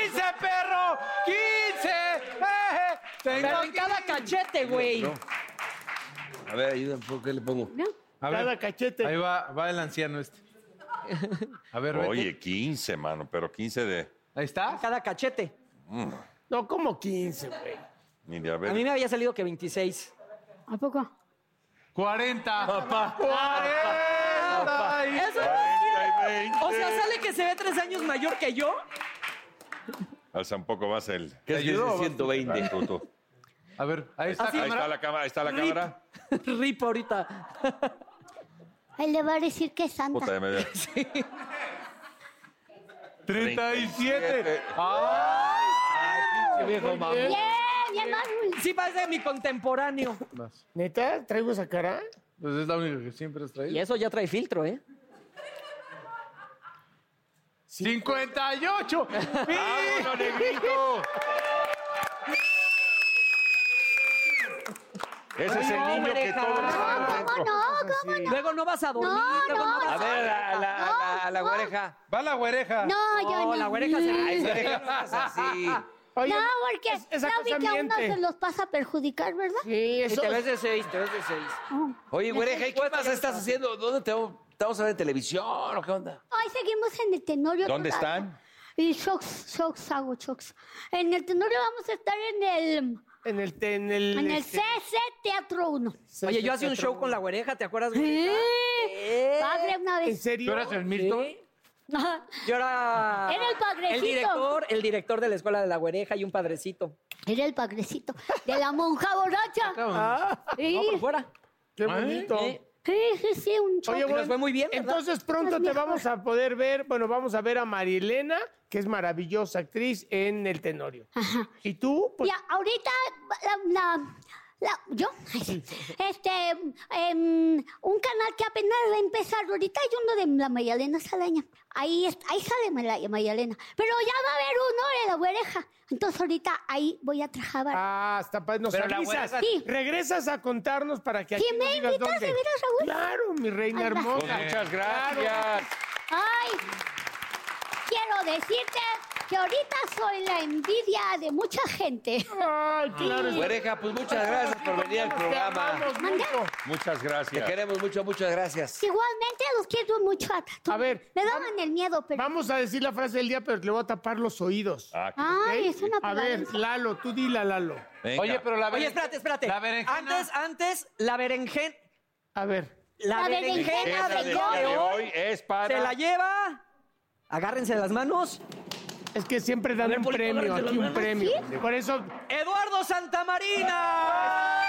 Speaker 5: 15, perro, 15. Eh,
Speaker 3: Pero
Speaker 5: tengo
Speaker 3: en cada cachete, güey.
Speaker 2: A ver, ayúdame, ¿por ¿qué le pongo?
Speaker 14: No.
Speaker 5: A ver,
Speaker 4: Cada cachete.
Speaker 5: ahí va, va el anciano este. A ver, vete.
Speaker 7: Oye, 15, mano, pero 15 de.
Speaker 3: Ahí está. Cada cachete.
Speaker 7: mm,
Speaker 3: No, como 15, güey.
Speaker 7: ni de
Speaker 3: A mí
Speaker 7: haber.
Speaker 3: me había salido que 26.
Speaker 14: ¿A poco?
Speaker 5: 40. Papá. 40. y-
Speaker 3: Eso no es cierto. O sea, sale que se ve tres años mayor que yo.
Speaker 7: Al tampoco vas el.
Speaker 2: ¿Qué
Speaker 5: es eso?
Speaker 2: 120.
Speaker 7: Ah, tú, tú.
Speaker 5: A ver, ahí está,
Speaker 7: Ahí
Speaker 5: cámara.
Speaker 7: está la cámara, ahí está la
Speaker 5: Rip.
Speaker 7: cámara.
Speaker 3: Rip ahorita.
Speaker 14: Él le va a decir que es santa.
Speaker 7: Puta, ya
Speaker 8: [laughs]
Speaker 7: me veo.
Speaker 5: 37.
Speaker 3: Qué viejo mamón.
Speaker 14: Bien, bien, Manuel.
Speaker 3: Sí, parece mi contemporáneo.
Speaker 4: ¿Neta? ¿Traigo esa cara?
Speaker 5: Pues es la única que siempre has traído.
Speaker 3: Y eso ya trae filtro, ¿eh?
Speaker 5: 58.
Speaker 1: ¡Vámonos, negrito!
Speaker 7: Ese es el niño que todos están dentro.
Speaker 8: Ah,
Speaker 14: ¿Cómo no?
Speaker 3: Luego no vas a dormir. luego no vas
Speaker 2: A ver, a la, a la, a la güereja.
Speaker 5: Va la güereja.
Speaker 14: No, yo no.
Speaker 2: la güereja se. Ay, güereja, no seas [laughs] así.
Speaker 14: no, porque
Speaker 4: Ah, esa
Speaker 14: la única
Speaker 4: cosa
Speaker 14: uno
Speaker 4: miente.
Speaker 14: se los pasa a perjudicar, ¿verdad? Oh. Sí,
Speaker 3: eso-
Speaker 2: te ves de seis, te ves de seis. Oye, güereja, ¿y qué más estás haciendo? ¿Dónde te vamos te vamos a ver en televisión o qué onda?
Speaker 14: Hoy seguimos en el Tenorio.
Speaker 2: ¿Dónde
Speaker 14: todavía.
Speaker 2: están?
Speaker 14: Y shocks, shocks, hago shocks. En el Tenorio vamos a estar en el...
Speaker 4: En el... En el,
Speaker 14: En el
Speaker 4: este,
Speaker 14: CC Teatro 1.
Speaker 3: a- Oye, yo hacía un show con la güereja, ¿te acuerdas?
Speaker 14: Sí.
Speaker 3: güereja?
Speaker 14: Padre una vez.
Speaker 4: serio?
Speaker 5: ¿Tú eras el Milton?
Speaker 14: Ajá.
Speaker 3: Yo era.
Speaker 14: Era el padrecito.
Speaker 3: El director, el director de la escuela de la güereja y un padrecito.
Speaker 14: Era el padrecito de la monja
Speaker 5: Ah,
Speaker 14: borracha. Sí.
Speaker 3: Ah. No, por fuera.
Speaker 5: ¿Eh?
Speaker 4: Qué bonito.
Speaker 3: Sí.
Speaker 14: Sí, sí, sí, un show.
Speaker 4: ¿Eh? Oye, bueno,
Speaker 3: nos fue muy bien, ¿verdad?
Speaker 4: Entonces pronto
Speaker 14: Nos
Speaker 4: te
Speaker 14: mejor.
Speaker 4: vamos a poder ver, bueno, vamos a ver a Marilena, que es maravillosa actriz en El Tenorio. Y tú, pues,
Speaker 14: Ya, ahorita la, la- la- yo, [laughs] este, em, un canal que apenas va a empezar ahorita hay uno de la Mayalena Salaña. Ahí, es- ahí sale Mala- Mayalena. Pero ya va a haber uno de la oreja. Entonces ahorita ahí voy a trabajar.
Speaker 4: ah, hasta pa- nos
Speaker 14: Pero la
Speaker 4: avisas.
Speaker 14: güera- Sí.
Speaker 4: Regresas a contarnos para que aquí
Speaker 14: Si
Speaker 4: nos
Speaker 14: me
Speaker 4: digas
Speaker 14: invitas, de
Speaker 4: dónde.
Speaker 14: veras, Raúl.
Speaker 4: Claro, mi reina
Speaker 14: Ahí va.
Speaker 4: hermosa.
Speaker 7: Pues muchas
Speaker 4: Claro.
Speaker 7: gracias.
Speaker 14: Ay, quiero decirte que ahorita soy la envidia de mucha gente.
Speaker 4: Ay,
Speaker 14: claro.
Speaker 2: Güereja, pues muchas gracias por venir al programa.
Speaker 7: Muchas
Speaker 2: Te
Speaker 7: gracias.
Speaker 2: queremos mucho, muchas gracias.
Speaker 14: Igualmente los quiero mucho. A,
Speaker 4: A ver,
Speaker 14: me daban el miedo, pero...
Speaker 4: vamos a decir la frase del día, pero le voy a tapar los oídos.
Speaker 14: Ay, es una
Speaker 4: A ver,
Speaker 14: pegadenza.
Speaker 4: Lalo, tú dila, Lalo.
Speaker 5: Oye, pero la
Speaker 3: Oye,
Speaker 5: berenjena-
Speaker 3: espérate, espérate.
Speaker 5: La berenjena.
Speaker 3: Antes, antes, la berenjena.
Speaker 4: A ver.
Speaker 3: La,
Speaker 14: La
Speaker 3: berenjena,
Speaker 14: berenjena
Speaker 7: El
Speaker 3: del
Speaker 7: día
Speaker 3: día
Speaker 7: de
Speaker 3: de hoy
Speaker 7: hoy es
Speaker 3: se la
Speaker 7: para.
Speaker 3: lleva. Agárrense las manos.
Speaker 4: Es que siempre dan
Speaker 3: ver,
Speaker 4: un
Speaker 3: Poli,
Speaker 4: premio,
Speaker 3: agárrate
Speaker 4: aquí
Speaker 3: la
Speaker 4: un
Speaker 3: mano.
Speaker 4: premio. Por eso,
Speaker 3: Eduardo Santamarina.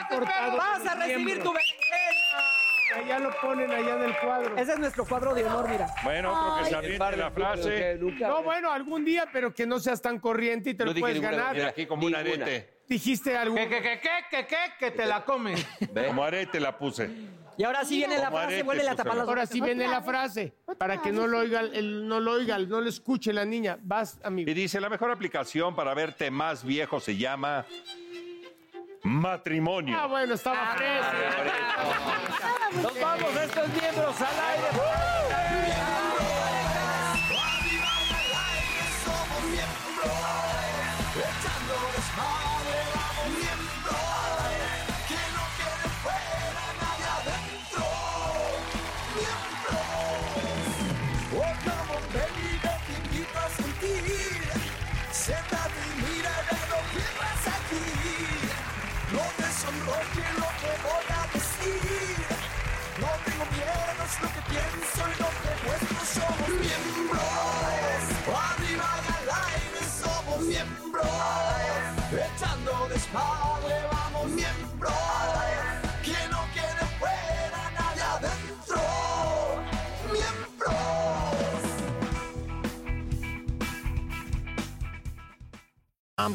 Speaker 14: este
Speaker 4: cortado
Speaker 3: Vas
Speaker 4: por
Speaker 3: a
Speaker 4: el
Speaker 3: recibir
Speaker 4: miembro.
Speaker 3: tu berenjena.
Speaker 4: allá lo ponen, allá en el cuadro.
Speaker 3: Ese es nuestro cuadro de honor, mira.
Speaker 7: Bueno, otro que se
Speaker 2: El
Speaker 7: aviente
Speaker 2: par de
Speaker 7: la
Speaker 2: estúpidos que
Speaker 7: frase.
Speaker 2: nunca-
Speaker 4: No, bueno, algún día, pero que no seas tan corriente y te
Speaker 2: No
Speaker 4: lo
Speaker 2: dije
Speaker 4: puedes
Speaker 2: ninguna
Speaker 4: ganar.
Speaker 2: grosería.
Speaker 7: Aquí como un
Speaker 2: Ninguna.
Speaker 7: arete.
Speaker 4: Dijiste algo.
Speaker 5: Que, que, que, que, que, que, que te la comes.
Speaker 7: Como arete la puse.
Speaker 3: Y ahora sí viene la
Speaker 7: Como
Speaker 3: frase,
Speaker 7: arete,
Speaker 3: vuelve a tapar las
Speaker 4: Ahora sí viene la frase, para que no lo oiga, el- no lo oiga, no lo escuche la niña. Vas, amigo.
Speaker 7: Y dice, la mejor aplicación para verte más viejo se llama matrimonio.
Speaker 4: Ah, bueno, estaba fresco.
Speaker 2: Nos vamos a estos miembros al aire.
Speaker 15: I'm